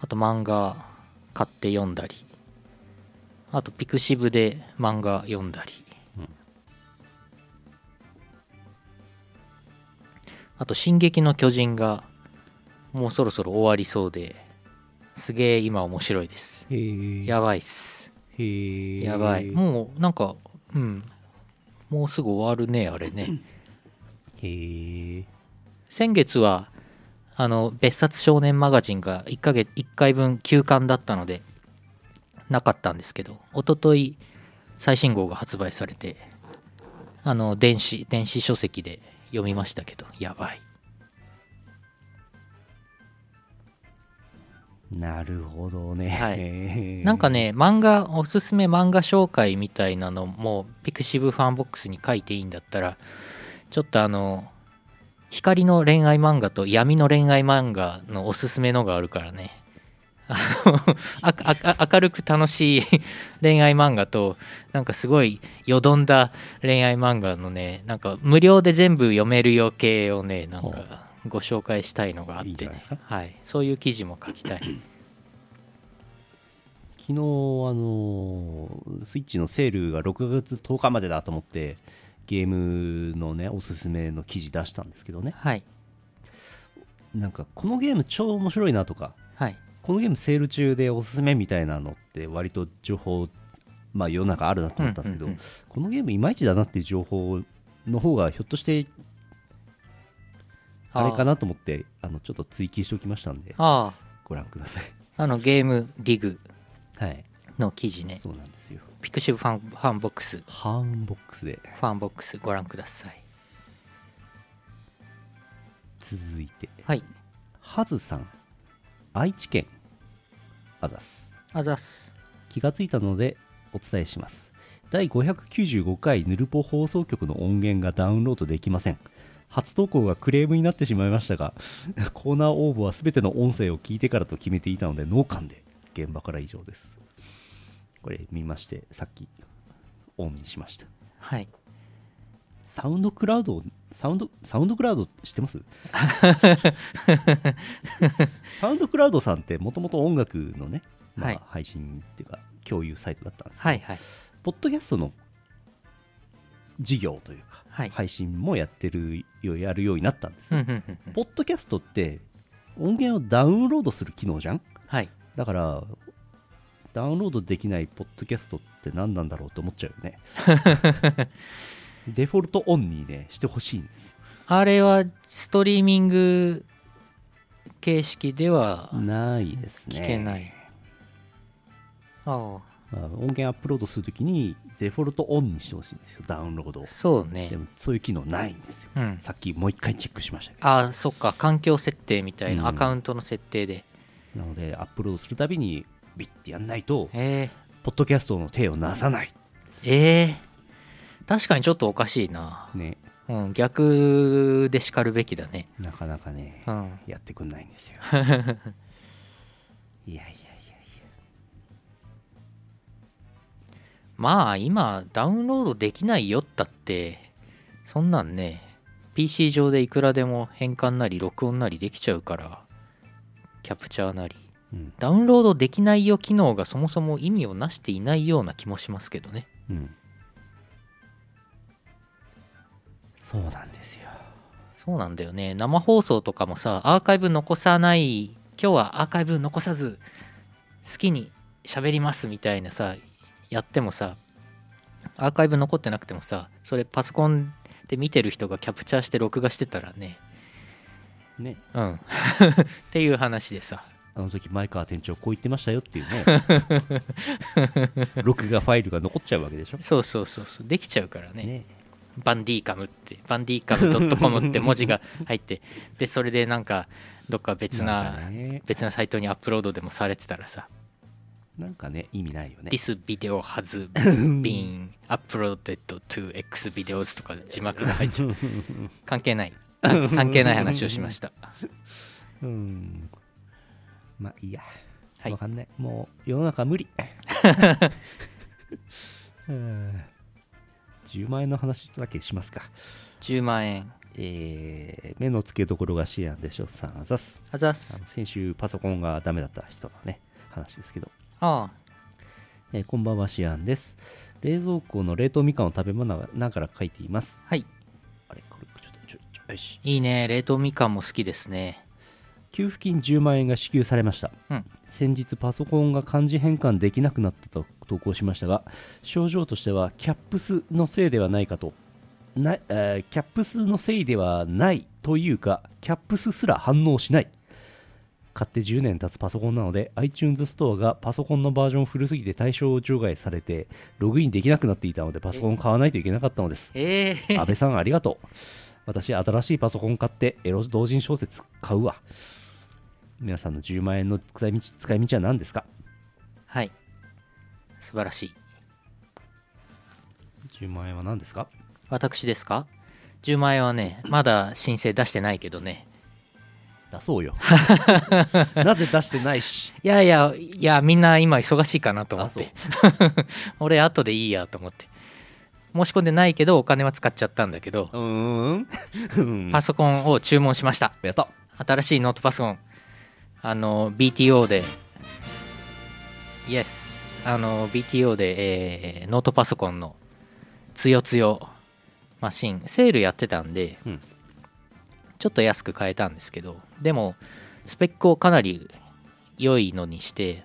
Speaker 1: あと漫画買って読んだりあとピクシブで漫画読んだり、
Speaker 2: うん
Speaker 1: あと「進撃の巨人」がもうそろそろ終わりそうですげえ今面白いです
Speaker 2: へえ
Speaker 1: やばいっす
Speaker 2: へえ
Speaker 1: やばいもうなんかうんもうすぐ終わるねあれね
Speaker 2: へえ
Speaker 1: 先月はあの別冊少年マガジンが1ヶ月1回分休刊だったのでなかったんですけど一昨日最新号が発売されてあの電子電子書籍で読みましたけどやばい
Speaker 2: なるほどね、
Speaker 1: はい
Speaker 2: い
Speaker 1: なんかね漫画おすすめ漫画紹介みたいなのもピクシブファンボックスに書いていいんだったらちょっとあの光の恋愛漫画と闇の恋愛漫画のおすすめのがあるからねあのああ明るく楽しい 恋愛漫画となんかすごいよどんだ恋愛漫画のねなんか無料で全部読めるよ系をねなん
Speaker 2: ほう
Speaker 1: かご紹介したいのがあって、ね
Speaker 2: いいんじゃないですか
Speaker 1: はい、そういう記事も書きたい
Speaker 2: 昨日あのースイッチのセールが6月10日までだと思ってゲームのねおすすめの記事出したんですけどね
Speaker 1: はい
Speaker 2: なんかこのゲーム超面白いなとか
Speaker 1: はい
Speaker 2: このゲームセール中でおすすめみたいなのって割と情報まあ世の中あるなと思ったんですけど、
Speaker 1: うんうんうん
Speaker 2: このゲームいまいちだなっていう情報の方がひょっとしてあれかなと思ってあのちょっと追記しておきましたんで
Speaker 1: ああ
Speaker 2: ご覧ください
Speaker 1: あのゲームリグ
Speaker 2: はい、
Speaker 1: の記事ね、
Speaker 2: そうなんですよ
Speaker 1: ピクシブファンファンボックス、フ
Speaker 2: ハーンボックスで
Speaker 1: ァンボックスご覧ください。
Speaker 2: 続いて
Speaker 1: はい、
Speaker 2: はずさん愛知県あざす
Speaker 1: あざっす。
Speaker 2: 気がついたのでお伝えします第595回ヌルポ放送局の音源がダウンロードできません初投稿がクレームになってしまいましたが コーナー応募は全ての音声を聞いてからと決めていたので脳幹で現場から以上ですこれ見ましてさっきオンにしました
Speaker 1: はい、
Speaker 2: サウンドクラウドサウンドサウンドクラウド知って ますサウンドクラウドさんってもともと音楽のね、まあ
Speaker 1: はい
Speaker 2: 配信っていうか共有サイトだったんですけど、
Speaker 1: はい、はい。
Speaker 2: ポッドキャストの事業というか、
Speaker 1: はい
Speaker 2: 配信もやってるよやるようになったんです、
Speaker 1: うんうんうんうん
Speaker 2: ポッドキャストって音源をダウンロードする機能じゃん
Speaker 1: はい、
Speaker 2: だからダウンロードできないポッドキャストって何なんだろうと思っちゃうよ ねデフォルトオンにねしてほしいんですよ
Speaker 1: あれはストリーミング形式では
Speaker 2: ないですね
Speaker 1: 聞けない。あ
Speaker 2: まあ音源アップロードするときにデフォルトオンにしてほしいんですよダウンロードを
Speaker 1: あ、そう
Speaker 2: で
Speaker 1: ね。
Speaker 2: もそういう機能ないんですよ
Speaker 1: うん、
Speaker 2: さっきもう一回チェックしましたけど
Speaker 1: ああ、そっか、環境設定みたいな、
Speaker 2: うん
Speaker 1: アカウントの設定で。
Speaker 2: なのでアップロードするたびにビッてやんないと
Speaker 1: え
Speaker 2: ポッドキャストの手をなさない、
Speaker 1: ー、えー、確かにちょっとおかしいな。
Speaker 2: ね、
Speaker 1: うん、逆で叱るべきだね。
Speaker 2: なかなかね、
Speaker 1: うん。
Speaker 2: やってくんないんですよいやいやいやい
Speaker 1: まあ今ダウンロードできないよったってそんなんね PC 上でいくらでも変換なり録音なりできちゃうからキャプチャーなり
Speaker 2: うん
Speaker 1: ダウンロードできないよ機能がそもそも意味をなしていないような気もしますけどね
Speaker 2: うんそうなんですよ
Speaker 1: そうなんだよね生放送とかもさアーカイブ残さない今日はアーカイブ残さず好きに喋りますみたいなさやってもさアーカイブ残ってなくてもさそれパソコンで見てる人がキャプチャーして録画してたらね
Speaker 2: ね
Speaker 1: うん っていう話でさ
Speaker 2: あの時前川店長こう言ってましたよっていうね録画ファイルが残っちゃうわけでしょ
Speaker 1: そうそうそうそうできちゃうからね
Speaker 2: ね
Speaker 1: バンディーカムってバンディーカム .com って文字が入ってでそれでなんかどっか別
Speaker 2: なん
Speaker 1: な
Speaker 2: かね
Speaker 1: 別なサイトにアップロードでもされてたらさ
Speaker 2: なんかね意味ないよね
Speaker 1: This video has been uploaded to X videos とか字幕が入っちゃ う。関係ない。あ関係ない話をしました。
Speaker 2: うんまあいいや、
Speaker 1: はい
Speaker 2: わかんないもう世の 中無理うん10万円の話だけしますか
Speaker 1: 10万円。
Speaker 2: えー目の付けどころがシアンでしょさんあざっす
Speaker 1: あざっ
Speaker 2: あ
Speaker 1: す。
Speaker 2: の先週パソコンがダメだった人のね話ですけど、
Speaker 1: ああ、
Speaker 2: えーこんばんはシアンです冷蔵庫の冷凍みかんを食べ物ながら書いています
Speaker 1: はい。
Speaker 2: あれこれちょっとちょちょよし
Speaker 1: いいね。冷凍みかんも好きですね。
Speaker 2: 給付金10万円が支給されました
Speaker 1: うん。
Speaker 2: 先日パソコンが漢字変換できなくなったと投稿しましたが症状としてはキャップスのせいではないかとな、えーキャップスのせいではないというかキャップスすら反応しない買って10年経つパソコンなので iTunes ストアがパソコンのバージョン古すぎて対象除外されてログインできなくなっていたのでパソコンを買わないといけなかったのです
Speaker 1: ええ
Speaker 2: 安倍さんありがとう私新しいパソコン買ってエロ同人小説買うわ皆さんの10万円の使い道使い道は何ですか
Speaker 1: はい。素晴らしい。
Speaker 2: 10万円は何ですか
Speaker 1: 私ですか ?10 万円はね、まだ申請出してないけどね。
Speaker 2: 出そ うよなぜ出してないし
Speaker 1: いやいや、いや、みんな今忙しいかなと思っ
Speaker 2: あそう
Speaker 1: て。俺、後でいいやと思って。申し込んでないけど、お金は使っちゃったんだけど、
Speaker 2: うーんうん
Speaker 1: パソコンを注文しました。
Speaker 2: やった
Speaker 1: 新しいノートパソコン。あの、BTO で、イエス。あの、BTO で、えーノートパソコンの、つよつよマシン、セールやってたんで、
Speaker 2: うん
Speaker 1: ちょっと安く買えたんですけど、でも、スペックをかなり良いのにして、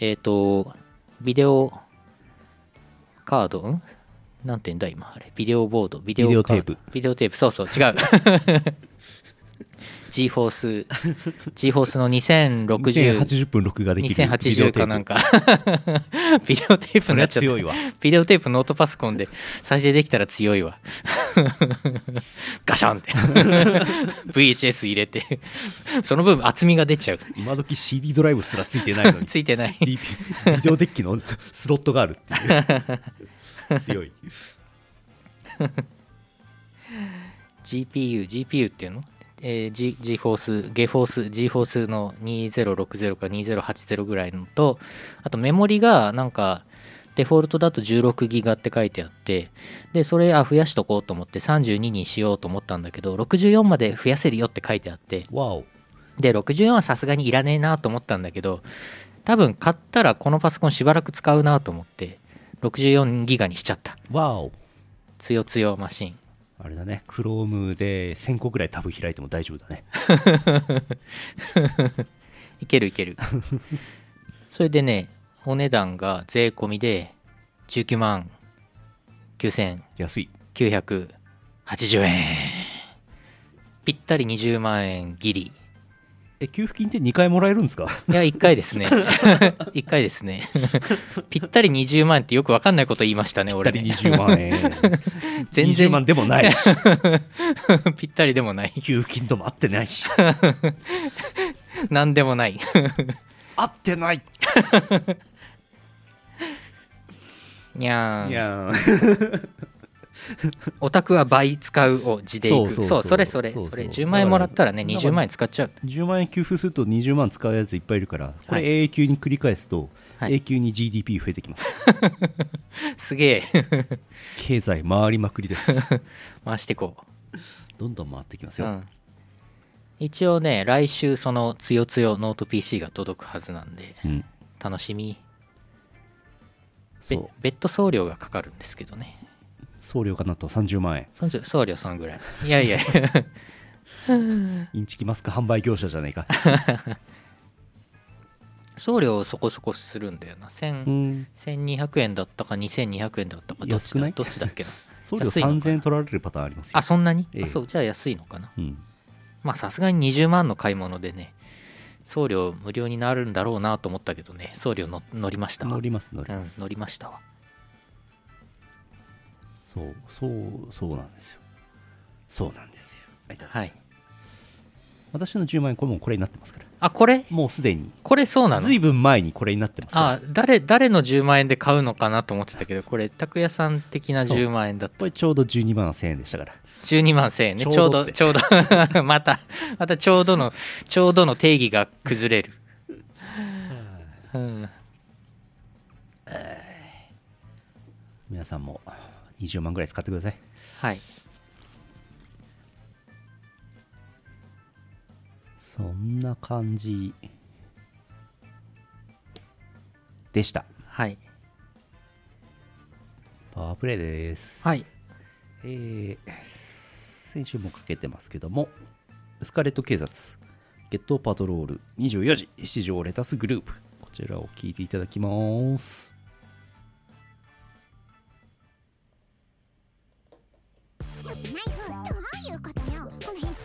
Speaker 1: えっ、と、ビデオカード、んなんて言うんだ今、あれ。ビデオボード、ビデオカ
Speaker 2: ビデオテー
Speaker 1: ドビデオテープ、そうそう、違う。GForce、GForce の2060、
Speaker 2: 2080分録画できるビデオ
Speaker 1: 2080
Speaker 2: テー
Speaker 1: か
Speaker 2: プ
Speaker 1: なんか、 ビデオテープ
Speaker 2: そ
Speaker 1: になっ
Speaker 2: れは
Speaker 1: ちゃった。
Speaker 2: 強いわ
Speaker 1: ビデオテープノートパソコンで再生できたら強いわ。 ガシャンって。VHS 入れて。その分厚みが出ちゃう。
Speaker 2: 今時 CD ドライブすらついてな いのに
Speaker 1: ついてない。
Speaker 2: ビビデオデッキのスロットがあるっ ていう強い
Speaker 1: GPU、GPU っていうのえー、G、GForce、GForce、GForce の2060か2080ぐらいのと、あとメモリがなんか、デフォルトだと16ギガって書いてあって、で、それ、あ、増やしとこうと思って32にしようと思ったんだけど、64まで増やせるよって書いてあって、
Speaker 2: わお
Speaker 1: で、64はさすがにいらねえなと思ったんだけど、多分買ったらこのパソコンしばらく使うなと思って、64ギガにしちゃった。
Speaker 2: わお
Speaker 1: つよつよマシン。
Speaker 2: あれだね、Chrome で1000個ぐらいタブ開いても大丈夫だね。
Speaker 1: いけるいけ る。それでね、お値段が税込みで19万
Speaker 2: 安い。
Speaker 1: 9980円。ぴったり20万円ギリ。
Speaker 2: え、給付金って2回もらえるんですか
Speaker 1: いや、1回です ね。1回ですね。ぴったり20万円ってよくわかんないこと言いましたね、
Speaker 2: ぴっ
Speaker 1: 俺
Speaker 2: た
Speaker 1: ね、
Speaker 2: り20 万円。
Speaker 1: 全然
Speaker 2: 20万でもないし、
Speaker 1: ぴったりでもない。
Speaker 2: 給付金とも合ってな いし、
Speaker 1: なんでもない。
Speaker 2: 合ってない
Speaker 1: にゃーん。
Speaker 2: いやー
Speaker 1: オタクは倍使うを字でいくそ
Speaker 2: そ
Speaker 1: うう
Speaker 2: そうそう
Speaker 1: それそれ
Speaker 2: そうそう
Speaker 1: それ10万円もらったらね
Speaker 2: だから
Speaker 1: 20万円使っちゃう
Speaker 2: 10万円給付すると20万使うやついっぱいいるからこ
Speaker 1: は
Speaker 2: れ永久に繰り返すと
Speaker 1: はい
Speaker 2: 永久に GDP 増えて きます、
Speaker 1: すげえ
Speaker 2: 経済回りまく りです
Speaker 1: 回してこ
Speaker 2: どんどん回ってきます
Speaker 1: う、う
Speaker 2: よ、
Speaker 1: ん、一応ね来週そのつよつよノート PC が届くはずなんで
Speaker 2: うん
Speaker 1: 楽しみべ
Speaker 2: そう
Speaker 1: 別途送料がかかるんですけどね
Speaker 2: 送料がなんと30万円
Speaker 1: そんじょ送料そのぐらいいやい や
Speaker 2: インチキマスク販売業者じゃないか
Speaker 1: 送料そこそこするんだよな
Speaker 2: う
Speaker 1: 1000
Speaker 2: ん
Speaker 1: 1200円だったか2200円だったかどっ
Speaker 2: 安
Speaker 1: ち
Speaker 2: くな
Speaker 1: だ
Speaker 2: い
Speaker 1: どっちだっけな
Speaker 2: 送料
Speaker 1: 安いのかな
Speaker 2: 3000円取られるパターンありますよ
Speaker 1: あそんなに、
Speaker 2: ええ
Speaker 1: あそうじゃあ安いのかな
Speaker 2: うん、
Speaker 1: まあさすがに20万の買い物でね送料無料になるんだろうなと思ったけどね送料の乗りましたわ
Speaker 2: 乗ります乗り
Speaker 1: う
Speaker 2: ま
Speaker 1: ん
Speaker 2: す、
Speaker 1: 乗りましたわ
Speaker 2: そうそうそうなんですよそうなんですよはい
Speaker 1: はい
Speaker 2: 私の10万円これもうこれになってますから
Speaker 1: あこれ
Speaker 2: もうすでに
Speaker 1: これそうなの
Speaker 2: ずいぶん前にこれになってますから
Speaker 1: あ誰誰の10万円で買うのかなと思ってたけどこれ拓也さん的な
Speaker 2: そう
Speaker 1: 10万円だった
Speaker 2: これちょうど12万1000円でしたから
Speaker 1: 12万1000円ね
Speaker 2: ち
Speaker 1: ちょ
Speaker 2: ょう
Speaker 1: う
Speaker 2: どっ
Speaker 1: ど
Speaker 2: て
Speaker 1: ちょうど またまたちょうどのちょうどの定義が崩れる、うん、
Speaker 2: 皆さんも20万ぐらい使ってください
Speaker 1: はい
Speaker 2: そんな感じでした
Speaker 1: はい
Speaker 2: パワープレイです
Speaker 1: はい
Speaker 2: えー先週もかけてますけども、スカーレット警察、ゲットパトロール24時、市場レタスグループ、こちらを聞いていただきます。
Speaker 3: ちょっとナイフどういうことよこの辺全然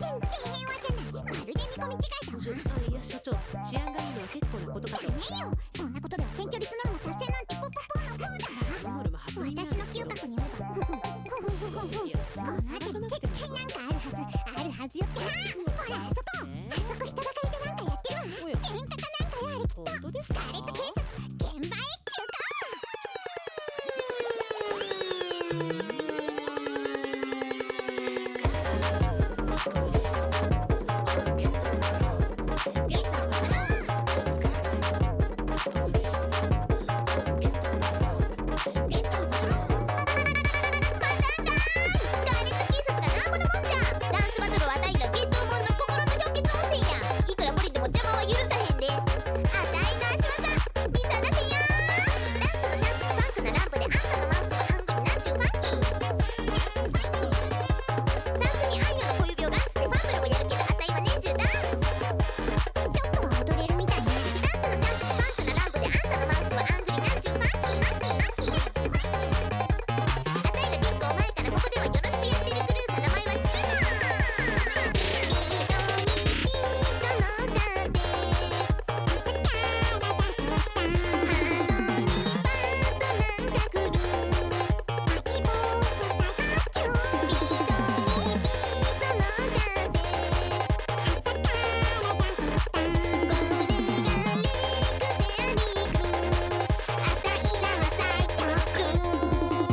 Speaker 3: 平和じゃないまるで見込み違いだわ
Speaker 4: あいや所長治安がいいのは結構なことかと
Speaker 3: ダメよそんなことでは検挙率ノルマ達成なんてポポポーのポーだわ
Speaker 4: ノルマ発言
Speaker 3: 私の嗅覚によればふふふふふふこの辺り絶対なんかあるはずあるはずよってはあほらあそこあそこ人だかりでなんかやってるわ
Speaker 4: おや
Speaker 3: 喧嘩かなんかやあれき
Speaker 4: 本当で
Speaker 3: っとスカーレット警察現場へスカーレット警察がなんぼのもんじゃダンスバトルはあたいらゲットモンの心の氷結温泉やいくら無理でも邪魔は許さへんであたいの足技見さらせやダンスのチャンスがバックなランプであんたのマウスのアングルなんちゅうファンキーダンスに愛の小指をランチしてファンブラもやるけどあたいは年中ダンスちょっとは踊れるみたいねダンスのチャンスがバックなランプであんたのマウスのアングルなんちゅうファンキーファンキーファンキーファンキーあたいら結構前からここではよろしくやってるクルーズの名前はチルだみんなでやろうよ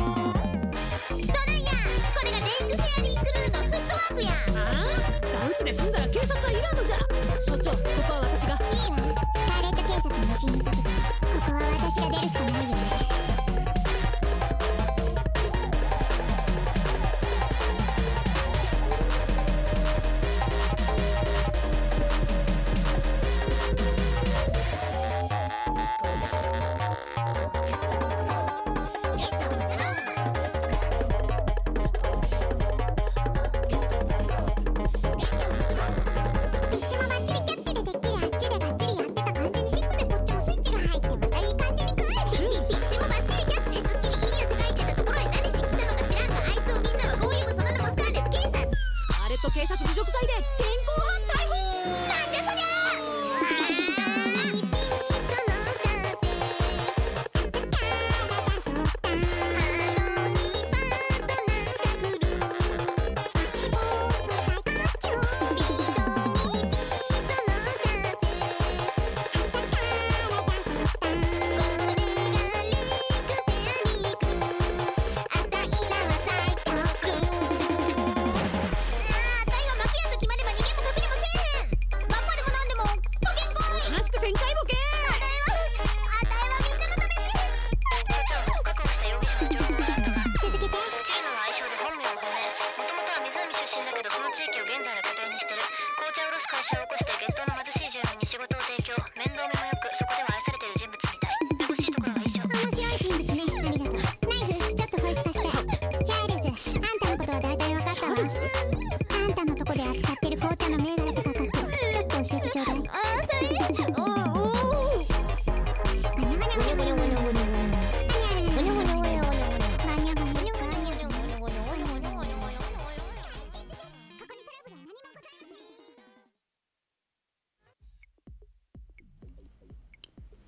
Speaker 3: どないやこれがレイクフェアリークルーのフットワークやいいわ
Speaker 4: ああダンスで済んだら警察はいらんのじゃ所長ここは私が
Speaker 3: スカーレット警察に教えに行った時ここは私が出るしかないよねいつもバッチリキャッチででっきりあっちでがっちりやってた感じにシックでこっちもスイッチが入ってまたいい感じに来るピッピッピッ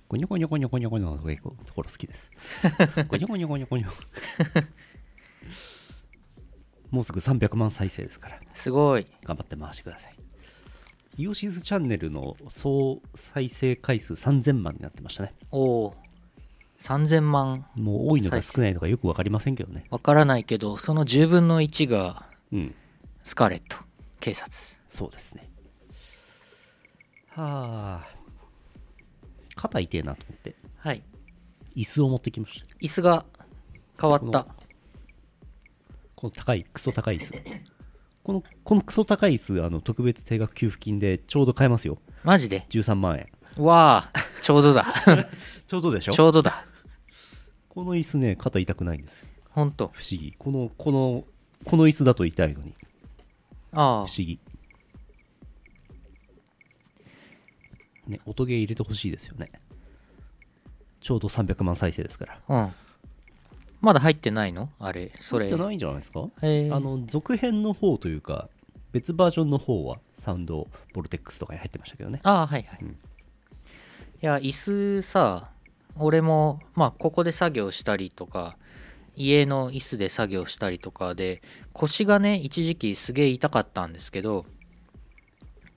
Speaker 2: ゴニョゴニョゴニョゴニョゴニョのところ好きです。ゴニョゴニョゴニョゴニョ。もうすぐ300万再生ですから、
Speaker 1: すごい
Speaker 2: 頑張って回してください。イオシスチャンネルの総再生回数3000万になってましたね。
Speaker 1: おお3000万
Speaker 2: もう多いのか少ないのかよくわかりませんけどね。
Speaker 1: わからないけどその10分の1が
Speaker 2: うん、
Speaker 1: スカーレット警察
Speaker 2: そうですね。はあ。肩痛えなと思って、
Speaker 1: はい
Speaker 2: 椅子を持ってきました。
Speaker 1: 椅子が変わった
Speaker 2: この高い、クソ高い椅子。この、このクソ高い椅子、あの、特別定額給付金でちょうど買えますよ。
Speaker 1: マジで
Speaker 2: 13万円。
Speaker 1: わあちょうどだ
Speaker 2: ちょうどでし
Speaker 1: ちょうどだ
Speaker 2: この椅子ね、肩痛くないんですよ。
Speaker 1: ほんと
Speaker 2: 不思議。この、この、この椅子だと痛いのに。不
Speaker 1: ああ
Speaker 2: 思議。ね、音ゲー入れてほしいですよね。ちょうど300万再生ですから。
Speaker 1: うん。まだ入ってないのあれ、それ。
Speaker 2: じゃないんじゃないですか
Speaker 1: へー
Speaker 2: あの、続編の方というか、別バージョンの方は、サウンド、ボルテックスとかに入ってましたけどね。
Speaker 1: ああ、はいはい。いや、椅子さ、俺も、まあ、ここで作業したりとか、家の椅子で作業したりとかで、腰がね、一時期すげえ痛かったんですけど、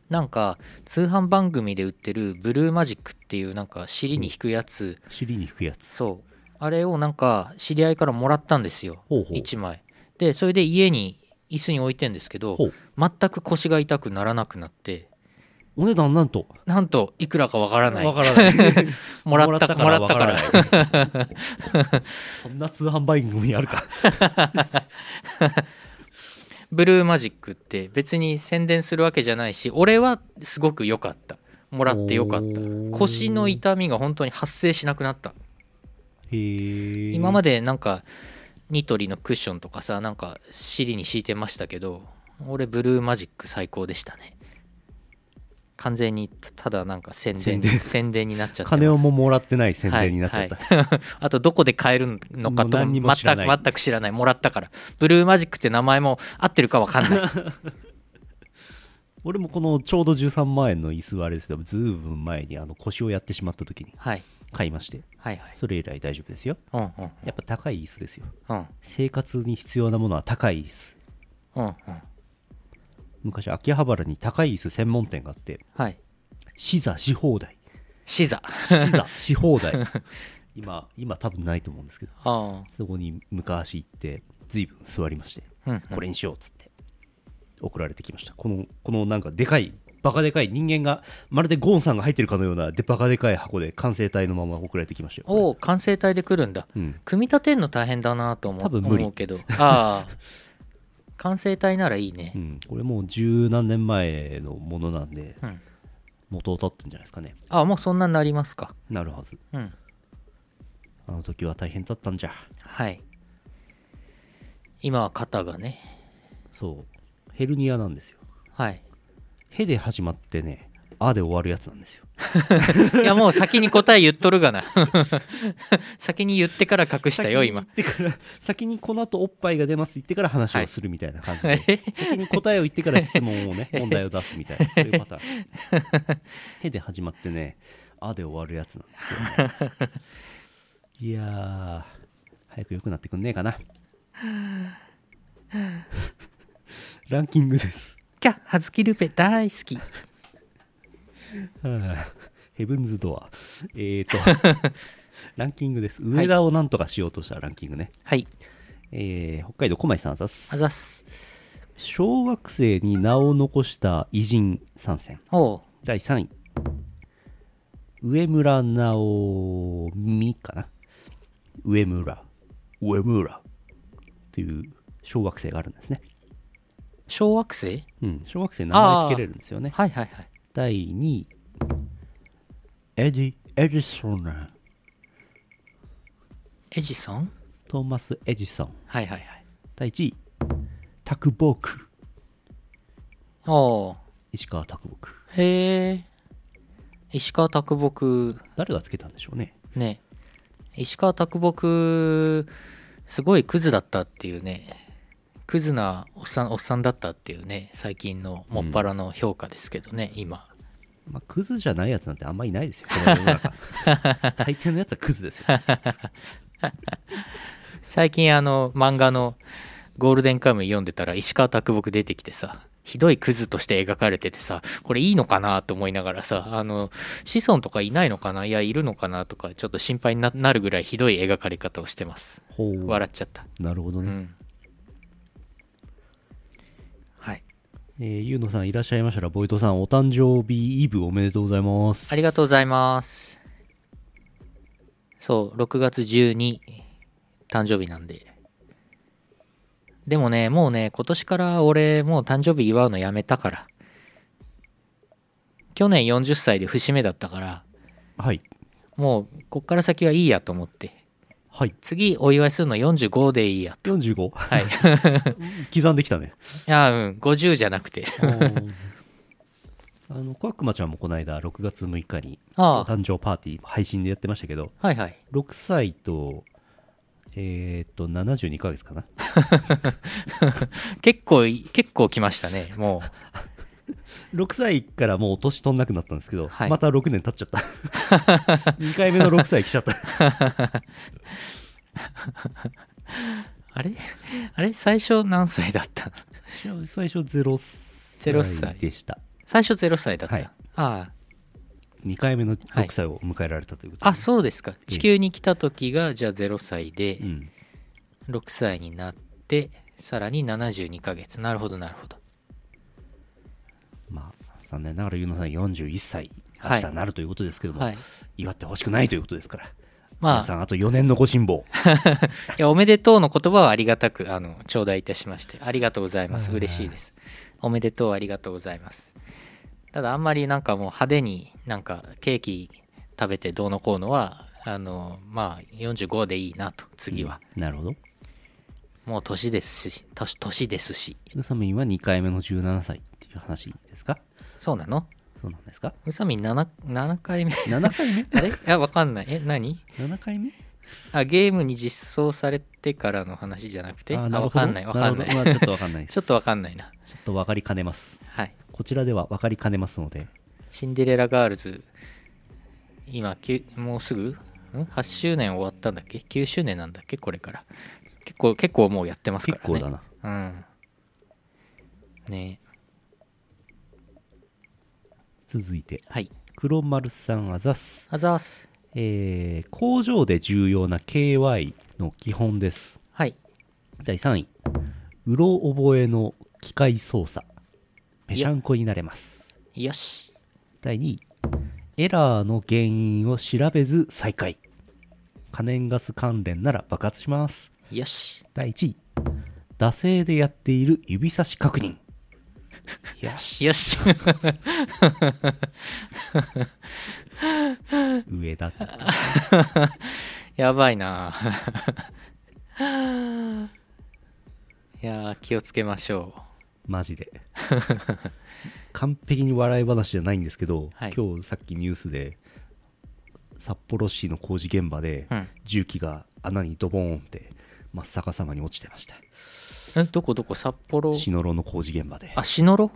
Speaker 1: なんか、通販番組で売ってるブルーマジックっていう、なんか、尻に引くやつ、
Speaker 2: 尻に吹くやつ。
Speaker 1: そう。あれをなんか、知り合いからもらったんですよ。
Speaker 2: ほうほう
Speaker 1: 1枚。で、それで家に、椅子に置いてんですけど、
Speaker 2: ほう。
Speaker 1: 全く腰が痛くならなくなって
Speaker 2: お値段なんと。
Speaker 1: なんといくらかわからない
Speaker 2: わからない。
Speaker 1: もらったもらったから
Speaker 2: わからない。 そんな通販番組あるか。
Speaker 1: ブルーマジックって別に宣伝するわけじゃないし俺はすごく良かったもらって良かった
Speaker 2: おー
Speaker 1: 腰の痛みが本当に発生しなくなった
Speaker 2: へえ。
Speaker 1: 今ま
Speaker 2: で。
Speaker 1: でなんかニトリのクッションとかさなんか尻に敷いてましたけど俺ブルーマジック最高でしたね完全にただなんか宣伝
Speaker 2: 宣伝
Speaker 1: 宣伝になっちゃってます
Speaker 2: 金をももらってない宣伝になっちゃった。
Speaker 1: はい はいあとどこで買えるのか
Speaker 2: もう
Speaker 1: と
Speaker 2: 何にも
Speaker 1: も
Speaker 2: 知ら
Speaker 1: 全
Speaker 2: ない
Speaker 1: く全く知らないもらったからブルーマジックって名前も合ってるか分かん ない
Speaker 2: 俺もこのちょうど13万円の椅子はあれですよ。ずいぶん前にあの腰をやってしまった時に
Speaker 1: はい
Speaker 2: 買いまして。
Speaker 1: はいはい
Speaker 2: それ以来大丈夫ですよ。
Speaker 1: うんうん
Speaker 2: やっぱ高い椅子ですよ。
Speaker 1: うん
Speaker 2: 生活に必要なものは高い椅子。
Speaker 1: うんうん
Speaker 2: 昔秋葉原に高い椅子専門店があって、
Speaker 1: はい
Speaker 2: 死座し放題。
Speaker 1: シザ
Speaker 2: 死座し 放題。今、今多分ないと思うんですけど。
Speaker 1: あ
Speaker 2: そこに昔行って、ずいぶん座りまして、
Speaker 1: あうん
Speaker 2: これにしようっつって、送られてきました。この、このなんかでかい、バカでかい人間が、まるでゴーンさんが入ってるかのような、で、バカでかい箱で完成体のまま送られてきましたよ。
Speaker 1: おお完成体で来るんだ
Speaker 2: うん。
Speaker 1: 組み立てんの大変だなと思う
Speaker 2: 多分無理
Speaker 1: 思うけどああ 完成体ならいいね
Speaker 2: うん。これもう十何年前のものなんで、
Speaker 1: うん
Speaker 2: 元を取ってんじゃないですかね。
Speaker 1: ああもうそんなになりますか
Speaker 2: なるはず。
Speaker 1: うん
Speaker 2: あの時は大変だったんじゃ。
Speaker 1: はい今は肩がね
Speaker 2: そう。ヘルニアなんですよ。
Speaker 1: はい
Speaker 2: ヘで始まってね、あで終わるやつなんですよ。
Speaker 1: いやもう先に答え言っとるがな 先に言ってから隠したよ今
Speaker 2: 先に言ってから先にこの後おっぱいが出ます言ってから話をするみたいな感じで、先に答えを言ってから質問 をね問題を出すみたいなそういうパターン「へ」で始まってね「あ」で終わるやつなんですけどねいやー早く良くなってくんねえか なランキングです
Speaker 1: キャハズキルペ大好き
Speaker 2: はあ ヘブンズ・ドアえーとランキングです上田をなんとかしようとしたランキングね、
Speaker 1: はい
Speaker 2: えー北海道小牧さんあざっす
Speaker 1: あざっす
Speaker 2: 小惑星に名を残した偉人参戦
Speaker 1: おう
Speaker 2: 第3位上村直美かな上村上村という小惑星があるんですね、
Speaker 1: 小惑星
Speaker 2: うん、小惑星に名前つけれるんですよね
Speaker 1: はいはいはい
Speaker 2: 第2位エディ・エジソン
Speaker 1: エジソン
Speaker 2: トーマス・エジソン
Speaker 1: はいはいはい
Speaker 2: 第1位タクボーク
Speaker 1: おう
Speaker 2: 石川拓木
Speaker 1: へえ石川啄木
Speaker 2: 誰がつけたんでしょうね
Speaker 1: ね石川啄木すごいクズだったっていうねクズなおっさんおっさんだったっていうね最近のもっぱらの評価ですけどね、今
Speaker 2: まあ、クズじゃないやつなんてあんまいないですよ、この世の 中。大抵のやつはクズですよ。
Speaker 1: 最近あの漫画の「ゴールデンカムイ」読んでたら石川啄木出てきてさひどいクズとして描かれててさこれいいのかなと思いながらさあの子孫とかいないのかないやいるのかなとかちょっと心配にななるぐらいひどい描かれ方をしてます
Speaker 2: ほう
Speaker 1: 笑っちゃった
Speaker 2: なるほど
Speaker 1: う
Speaker 2: ね。
Speaker 1: んはい
Speaker 2: えーゆうのさんいらっしゃいましたら、ボイトさん、お誕生日イブおめでとうございます。
Speaker 1: ありがとうございますそう6月12誕生日なんででもねもうね今年から俺もう誕生日祝うのやめたから去年40歳で節目だったから
Speaker 2: はい。
Speaker 1: もうこっから先はいいやと思って
Speaker 2: はい。
Speaker 1: 次お祝いするの45でいいや
Speaker 2: 45。
Speaker 1: はい
Speaker 2: 刻んでき たね。
Speaker 1: あうん50じゃなくて
Speaker 2: あの、小悪魔ちゃんもこの間、6月6日に、お
Speaker 1: ああ
Speaker 2: 誕生パーティー、配信でやってましたけど、
Speaker 1: はいはい
Speaker 2: 6歳と、えーっと、72ヶ月かな。
Speaker 1: 結構い結構来ましたねもう
Speaker 2: 6歳からもう年取んなくなったんですけど、
Speaker 1: はい
Speaker 2: また6年経っ ちゃった。2回目の6歳来ちゃった。
Speaker 1: あれあれ最初何歳だったの
Speaker 2: 最初0歳
Speaker 1: 0歳
Speaker 2: でした。
Speaker 1: 最初0歳だった、
Speaker 2: はい
Speaker 1: あ
Speaker 2: 2回目の6歳を迎えられたということ
Speaker 1: あ
Speaker 2: で
Speaker 1: あそうですか地球に来た時がじゃあ0歳で
Speaker 2: うん。
Speaker 1: 6歳になってさらに72ヶ月なるほどなるほど
Speaker 2: まあ、残念ながら、ゆうのさん41歳、明
Speaker 1: はい
Speaker 2: 日なるということですけども、
Speaker 1: はい
Speaker 2: 祝ってほしくないということですから。
Speaker 1: ま
Speaker 2: 皆さ
Speaker 1: あ
Speaker 2: ん、あと4年のご辛抱。
Speaker 1: いやおめでとうの言葉はありがたくあの頂戴いたしましてありがとうございます
Speaker 2: うん
Speaker 1: 嬉しいですおめでとうありがとうございますただあんまりなんかもう派手になんかケーキ食べてどうのこうのはあのまあ45でいいなと次は、
Speaker 2: うん。なるほど。
Speaker 1: もう年ですし年年ですし
Speaker 2: ゆうさみんは2回目の17歳っていう話ですか
Speaker 1: そうなの
Speaker 2: そうなんですか
Speaker 1: 宇佐美 7, 7回目
Speaker 2: ?7 回 目
Speaker 1: あれいやわかんないえ何
Speaker 2: ?7 回目
Speaker 1: あゲームに実装されてからの話じゃなくて
Speaker 2: あ
Speaker 1: あ
Speaker 2: ーなる
Speaker 1: わ
Speaker 2: ほど
Speaker 1: かんないわかんな
Speaker 2: る
Speaker 1: い、
Speaker 2: ほどまあちょっとわかんないです。
Speaker 1: ちょっとわかんないな
Speaker 2: ちょっとわかりかねます。
Speaker 1: はい
Speaker 2: こちらではわかりかねますので、
Speaker 1: シンデレラガールズ今きゅもうすぐん8周年終わったんだっけ9周年なんだっけこれから結構結構もうやってますか
Speaker 2: 結
Speaker 1: らね
Speaker 2: 構だな。
Speaker 1: うんね
Speaker 2: 続いて、
Speaker 1: はい
Speaker 2: 黒丸さんあざっす。
Speaker 1: あざーす
Speaker 2: えー、工場で重要な KY の基本です。
Speaker 1: はい
Speaker 2: 第3位、うろ覚えの機械操作。ぺしゃんこになれます。
Speaker 1: よし
Speaker 2: 第2位、エラーの原因を調べず再開。可燃ガス関連なら爆発します。
Speaker 1: よし
Speaker 2: 第1位、惰性でやっている指差し確認。よし。
Speaker 1: よ し
Speaker 2: 上だった。
Speaker 1: やばいな いやー気をつけましょ
Speaker 2: マジで完璧に笑い話じゃないんですけど、
Speaker 1: はい
Speaker 2: 今日さっきニュースで札幌市の工事現場で、
Speaker 1: ううん
Speaker 2: 重機が穴にドボーンって真っ逆さまに落ちてました
Speaker 1: えどこどこ札幌
Speaker 2: シノロの工事現場で
Speaker 1: あしのろ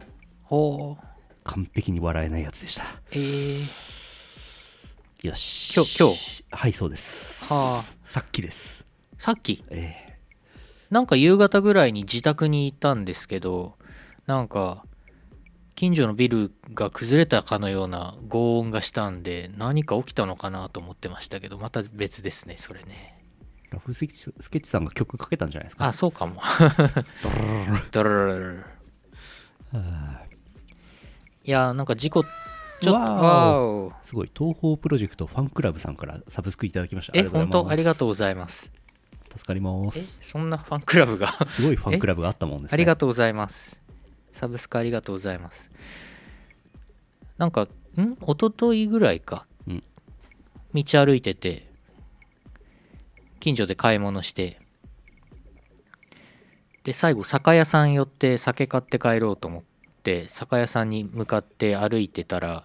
Speaker 1: ほう
Speaker 2: 完璧に笑えないやつでした
Speaker 1: えー、
Speaker 2: よし
Speaker 1: 今日今日
Speaker 2: はいそうです
Speaker 1: はあ
Speaker 2: さっきです
Speaker 1: さっき
Speaker 2: え
Speaker 1: なんか夕方ぐらいに自宅にいたんですけどなんか近所のビルが崩れたかのような轟音がしたんで何か起きたのかなと思ってましたけどまた別ですねそれね
Speaker 2: えラフスケッチスケッチさんが曲かけたんじゃないですか
Speaker 1: あそうか もドロロロロロ
Speaker 2: はあ
Speaker 1: いやーなんか事故ちょっと
Speaker 2: わーお
Speaker 1: わーお
Speaker 2: すごい東方プロジェクトファンクラブさんからサブスクいただきました
Speaker 1: え本当ありがと
Speaker 2: う
Speaker 1: うございます
Speaker 2: ございます助かりま
Speaker 1: え
Speaker 2: す
Speaker 1: そんなファンクラブが
Speaker 2: すごいファンクラブがあったもんですね
Speaker 1: ありがとうございます。サブスクありがとうございます。なんか、ん一昨日ぐらいか。
Speaker 2: うん
Speaker 1: 道歩いてて、近所で買い物して、で、最後、酒屋さん寄って酒買って帰ろうと思って、酒屋さんに向かって歩いてたら、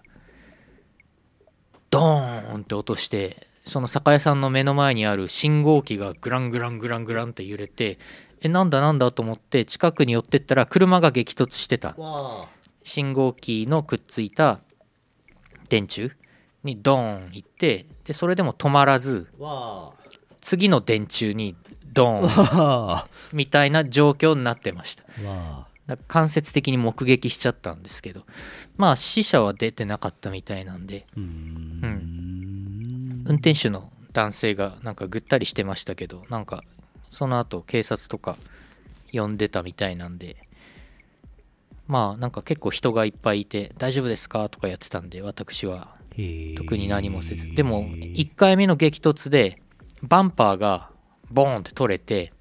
Speaker 1: ドーンって音してその酒屋さんの目の前にある信号機がグラングラングラングランって揺れてえなんだなんだと思って近くに寄ってったら車が激突してた
Speaker 2: わ
Speaker 1: 信号機のくっついた電柱にドーン行ってでそれでも止まらず
Speaker 2: あわ
Speaker 1: 次の電柱にド
Speaker 2: あ
Speaker 1: ーン
Speaker 2: わ
Speaker 1: みたいな状況になってました
Speaker 2: あ
Speaker 1: だから間接的に目撃しちゃったんですけどまあ死者は出てなかったみたいなんで
Speaker 2: うーん
Speaker 1: 運転手の男性がなんかぐったりしてましたけどなんかその後警察とか呼んでたみたいなんでまあなんか結構人がいっぱいいて大丈夫ですかとかやってたんで私は
Speaker 2: へえ
Speaker 1: 特に何もせずでも1回目の激突でバンパーがボーンって取れて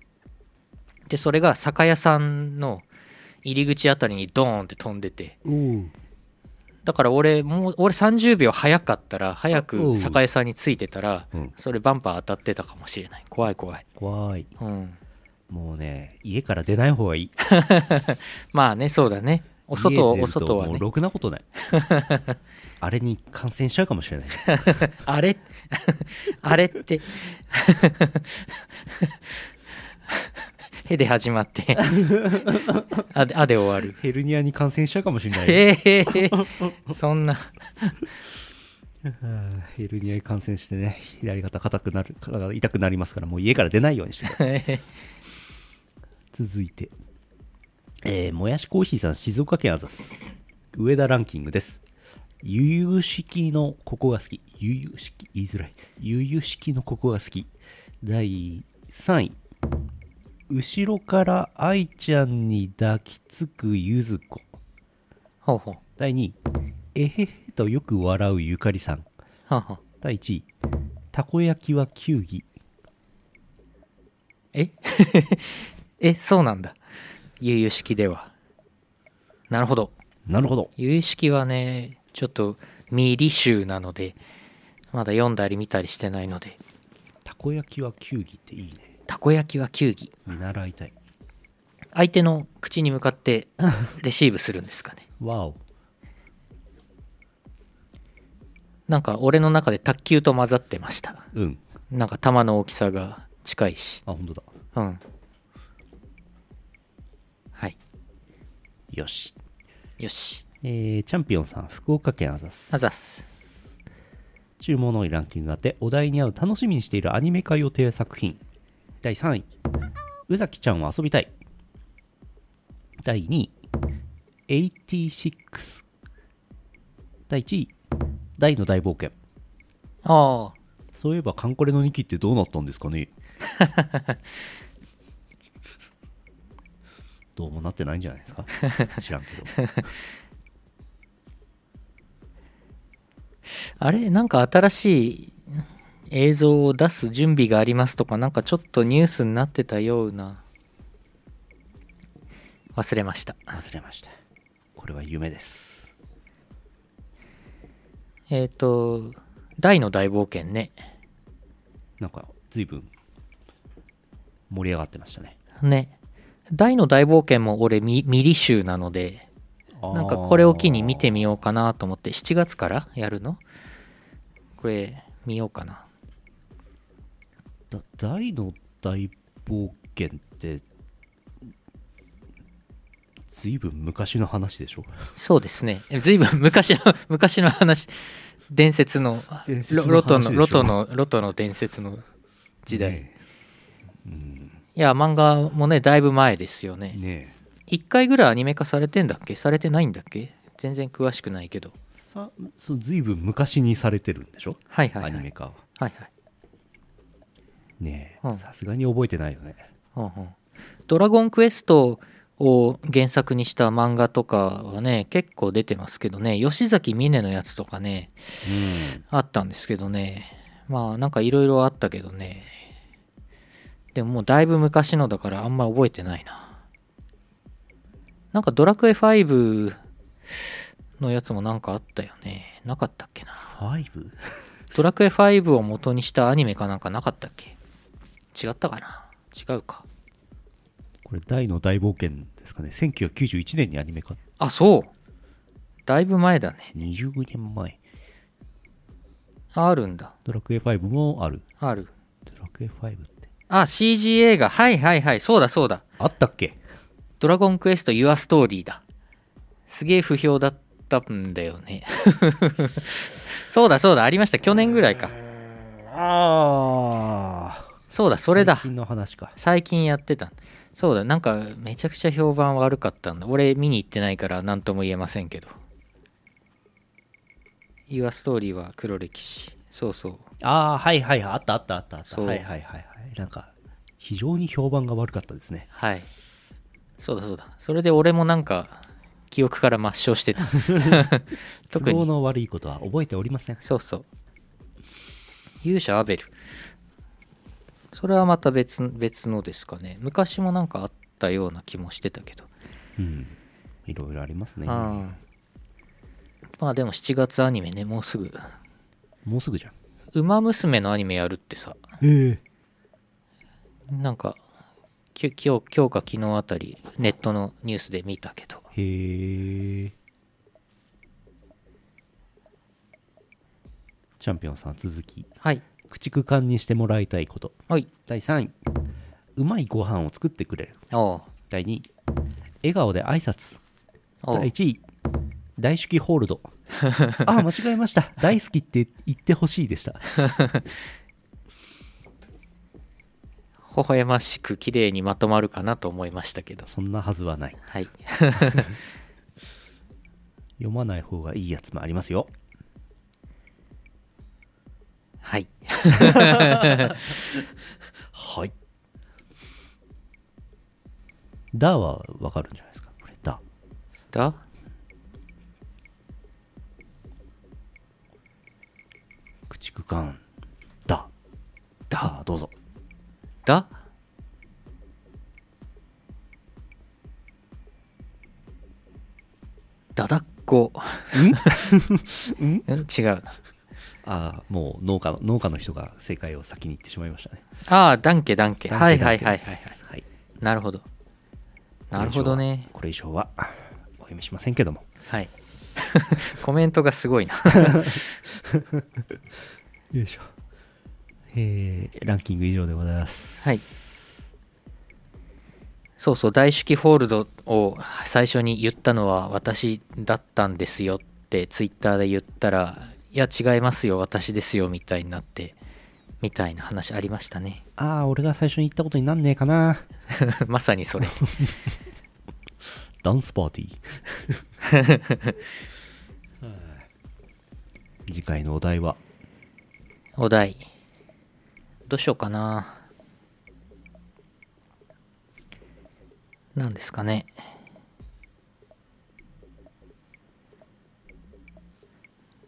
Speaker 1: でそれが酒屋さんの入り口あたりにドーンって飛んでて
Speaker 2: おう
Speaker 1: だから俺もう俺30秒早かったら早
Speaker 2: お
Speaker 1: く
Speaker 2: う
Speaker 1: 酒屋さんについてたら
Speaker 2: うん
Speaker 1: それバンパー当たってたかもしれない怖い怖い
Speaker 2: 怖い
Speaker 1: うん
Speaker 2: もうね家から出ない方がいい
Speaker 1: まあねそうだねお外
Speaker 2: 家出
Speaker 1: お
Speaker 2: ると
Speaker 1: 外は
Speaker 2: もう
Speaker 1: ね
Speaker 2: ろくなこ とないあれに感染しちゃうかもしれない
Speaker 1: あれ あれって へで始まって あであで終わる
Speaker 2: ヘルニアに感染しちゃうかもしれない
Speaker 1: へえへえへえそんな
Speaker 2: はあヘルニアに感染してね左肩硬くなる肩が痛くなりますからもう家から出ないようにしてください続いて、えーもやしコーヒーさん静岡県あざす上田ランキングですゆゆしきのここが好きゆゆしき言いづらいゆゆしきのここが好き第3位後ろから愛ちゃんに抱きつくゆず子
Speaker 1: ほうほう
Speaker 2: 第2位えへへとよく笑うゆかりさん
Speaker 1: はんはん
Speaker 2: 第1位たこ焼きは球技
Speaker 1: え えそうなんだ悠々式ではなるほど
Speaker 2: なるほど
Speaker 1: 悠々式はねちょっと未履修なのでまだ読んだり見たりしてないので
Speaker 2: たこ焼きは球技っていいね
Speaker 1: たこ焼きは球技
Speaker 2: 見習いたい
Speaker 1: 相手の口に向かってレシーブするんですかね
Speaker 2: わお
Speaker 1: なんか俺の中で卓球と混ざってました
Speaker 2: うん
Speaker 1: なんか球の大きさが近いし
Speaker 2: あ本当だ
Speaker 1: うんはい
Speaker 2: よし
Speaker 1: よし
Speaker 2: えーチャンピオンさん福岡県アザス
Speaker 1: あざっす
Speaker 2: 注文の多いランキングがあってお題に合う楽しみにしているアニメ化予定作品第3位宇崎ちゃんは遊びたい第2位86第1位大の大冒険
Speaker 1: ああ
Speaker 2: そういえばカンコレの2期ってどうなったんですかねどうもなってないんじゃないですか知らんけど
Speaker 1: あれなんか新しい映像を出す準備がありますとかなんかちょっとニュースになってたような忘れました
Speaker 2: 忘れましたこれは夢です
Speaker 1: えっ、と大の大冒険ね
Speaker 2: なんか随分盛り上がってましたね
Speaker 1: ね大の大冒険も俺み未履修なのでなんかこれを機に見てみようかなと思って7月からやるのこれ見ようかな
Speaker 2: だ大の大冒険って随分昔の話でしょ
Speaker 1: そうですねえ随分 昔の昔の話伝説の
Speaker 2: 伝説
Speaker 1: ロ
Speaker 2: の
Speaker 1: ロトの
Speaker 2: 話でしょ
Speaker 1: ロトのロトの伝説の時代、
Speaker 2: ね
Speaker 1: いや、漫画もね、だいぶ前ですよ
Speaker 2: え
Speaker 1: ね。
Speaker 2: ねえ
Speaker 1: 1回ぐらいアニメ化されてんだっけされてないんだっけ全然詳しくないけど。
Speaker 2: さそう随分昔にされてるんでしょ
Speaker 1: はいはいはい。
Speaker 2: アニメ化は
Speaker 1: はいはい。
Speaker 2: ね
Speaker 1: う
Speaker 2: え
Speaker 1: ん
Speaker 2: さすがに覚えてないよね
Speaker 1: うんうんドラゴンクエストを原作にした漫画とかはね、結構出てますけどね、吉崎峰のやつとかね、あったんですけどね。まあ、なんかいろいろあったけどね。でももうだいぶ昔のだからあんま覚えてないな。なんかドラクエ5のやつもなんかあったよね。なかったっけな。
Speaker 2: 5?
Speaker 1: ドラクエ5を元にしたアニメかなんかなかったっけ違ったかな違うか。
Speaker 2: これ大の大冒険ですかね1991年にアニメ化
Speaker 1: あ、そうだいぶ前だね。
Speaker 2: 20年前
Speaker 1: ああるんだ
Speaker 2: ドラクエ5もある。
Speaker 1: ある
Speaker 2: ドラクエ5って。
Speaker 1: あ CG 映画はいはいはいそうだそうだ
Speaker 2: あったっけ
Speaker 1: 「ドラゴンクエスト・ユア・ストーリー」だすげえ不評だったんだよね そうだそうだありました去年ぐらいか
Speaker 2: ああ。
Speaker 1: そうだそれだ
Speaker 2: 最近の話か。
Speaker 1: 最近やってたそうだなんかめちゃくちゃ評判悪かったんだ俺見に行ってないから何とも言えませんけど「ユア・ストーリー」は黒歴史そうそう
Speaker 2: ああ、はいはいはい。あったあったあったあった。
Speaker 1: そう
Speaker 2: はいはいはいはい。なんか、非常に評判が悪かったですね。
Speaker 1: はいそうだそうだそれで俺もなんか記憶から抹消してた 特
Speaker 2: 都合
Speaker 1: に
Speaker 2: の悪いことは覚えておりません。
Speaker 1: そうそう。勇者アベル。それはまた別別のですかね。昔もなんかあったような気もしてたけど。
Speaker 2: うん。いろいろありますね。
Speaker 1: うん。まあでも7月アニメね、もうすぐ。
Speaker 2: もうすぐじゃん。
Speaker 1: ウマ娘のアニメやるってさ、
Speaker 2: ええ。
Speaker 1: なんか、き今日今日か昨日あたり、ネットのニュースで見たけど、
Speaker 2: へえ。チャンピオンさん続き。
Speaker 1: はい、
Speaker 2: 駆逐艦にしてもらいたいこと。
Speaker 1: はい、
Speaker 2: 第3位。うまいご飯を作ってくれる。
Speaker 1: おう、
Speaker 2: 第2位。笑顔で挨拶。
Speaker 1: おう
Speaker 2: 第、1位。大好きホー ルド。ああ、間違えました。大好きって言ってほしいでした。
Speaker 1: 微笑ましく綺麗にまとまるかなと思いましたけど、
Speaker 2: そんなはずはない。
Speaker 1: はい、
Speaker 2: 読まない方がいいやつもありますよ。
Speaker 1: はい。
Speaker 2: はい。だはわかるんじゃないですか。これ、だ。
Speaker 1: だ
Speaker 2: 駆逐艦ださあどうぞ
Speaker 1: だだだっこん 違うな
Speaker 2: ああもう農家の農家の人が正解を先に言ってしまいましたね
Speaker 1: ああダンケダンケはいはいはいはいはい
Speaker 2: はい
Speaker 1: なるほどなるほどね
Speaker 2: これ以上はこれ以上はお読みしませんけども
Speaker 1: はい コメントがすごいな
Speaker 2: よいしょえー、ランキング以上でございます
Speaker 1: はいそうそう大式ホールドを最初に言ったのは私だったんですよってツイッターで言ったらいや違いますよ私ですよみたいになってみたいな話ありましたね
Speaker 2: ああ俺が最初に言ったことになんねえかな
Speaker 1: まさにそれ
Speaker 2: ダンスパーティー はい次回のお題は
Speaker 1: お題どうしようかな何ですかね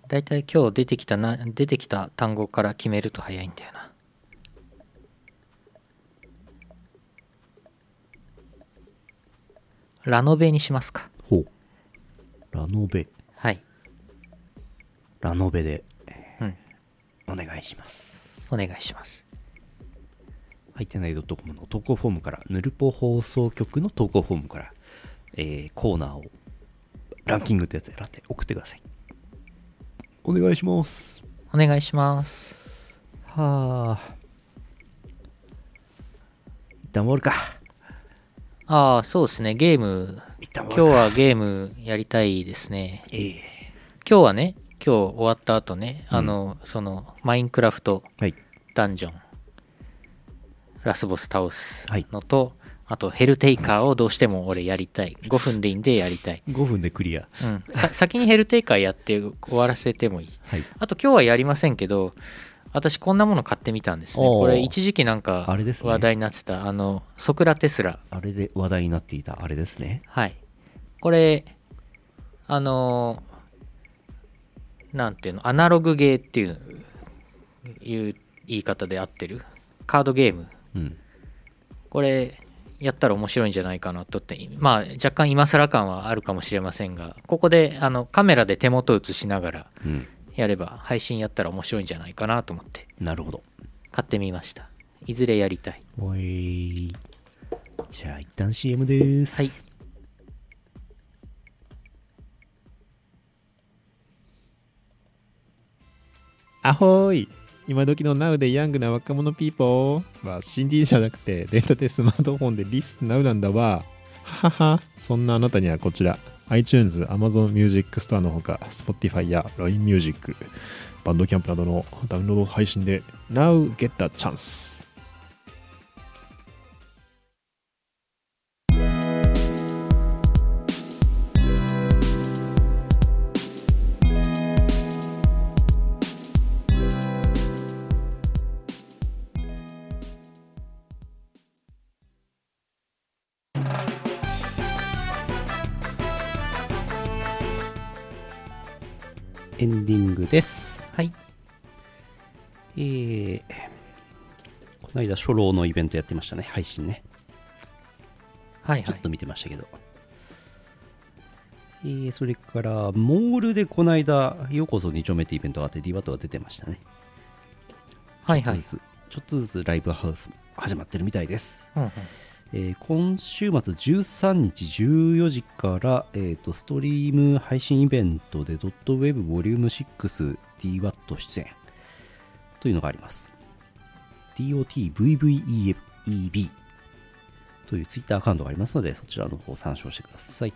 Speaker 1: だいたい今日出てきたな出てきた単語から決めると早いんだよなラノベにしますか
Speaker 2: ほうラノベ
Speaker 1: はい
Speaker 2: ラノベで
Speaker 1: うん
Speaker 2: お願いします
Speaker 1: お願いします
Speaker 2: 入ってない .com の投稿フォームから、ヌルポ放送局の投稿フォームから、えーコーナーをランキングってやつ選んで送ってください。お願いします。
Speaker 1: お願いします
Speaker 2: はあ。一旦終わるか。
Speaker 1: ああそうですねゲーム
Speaker 2: 一旦
Speaker 1: 今
Speaker 2: 終
Speaker 1: 日
Speaker 2: わるか。
Speaker 1: はゲームやりたいですね。
Speaker 2: 今日は。え
Speaker 1: 今日はね、今日終わった後ね、
Speaker 2: うん
Speaker 1: あの、その、マインクラフト
Speaker 2: えはい。
Speaker 1: ダンジョン、ラスボス倒す
Speaker 2: はい
Speaker 1: のと、あと、ヘルテイカーをどうしても俺やりたい。5分でいいんでやりたい。
Speaker 2: 5分でクリア。
Speaker 1: うん。さ先にヘルテイカーやって終わらせてもいい。
Speaker 2: はい。
Speaker 1: あと、今日はやりませんけど、私こんなもの買ってみたんですね。
Speaker 2: おー
Speaker 1: これ一時期なんか
Speaker 2: あれですね
Speaker 1: 話題になってた、あの、ソクラテスラ。
Speaker 2: あれで話題になっていたあれですね。
Speaker 1: はい。これ、あのーなんていうの、アナログゲーっていう、いう言い方で合ってる。カードゲーム。
Speaker 2: うん。
Speaker 1: これ、やったら面白いんじゃないかなとって、まあ、若干今更感はあるかもしれませんが、ここで、あの、カメラで手元映しながら
Speaker 2: うん。
Speaker 1: やれば、配信やったら面白いんじゃないかなと思って、
Speaker 2: なるほど。
Speaker 1: 買ってみました。いずれやりたい。
Speaker 2: おい。じゃあ一旦 CM です。
Speaker 1: はい。
Speaker 5: アホーい今時の Now でヤングな若者ピーポーは CD じゃなくてデータでスマートフォンでリスナウなんだわ。ははは。そんなあなたにはこちら iTunes、Amazon Music Store のほか Spotify や LINE Music、バンドキャンプなどのダウンロード配信で Now get the chance!
Speaker 2: エンディングです。
Speaker 1: はい
Speaker 2: えー、この間、初老のイベントやってましたね、配信ね。
Speaker 1: はい
Speaker 2: ち
Speaker 1: は
Speaker 2: ょっ
Speaker 1: い
Speaker 2: と見てましたけど。えー、それから、モールでこの間、ようこそ2丁目ってイベントがあって DWAT が出てましたね。
Speaker 1: はいはい
Speaker 2: ちょっとずつちょっとずつライブハウスも始まってるみたいです。
Speaker 1: うんうん
Speaker 2: えー今週末13日14時から、えー、とストリーム配信イベントで .webvol.6DWAT 出演というのがあります DOTVVEB というツイッターアカウントがありますのでそちらの方を参照してください、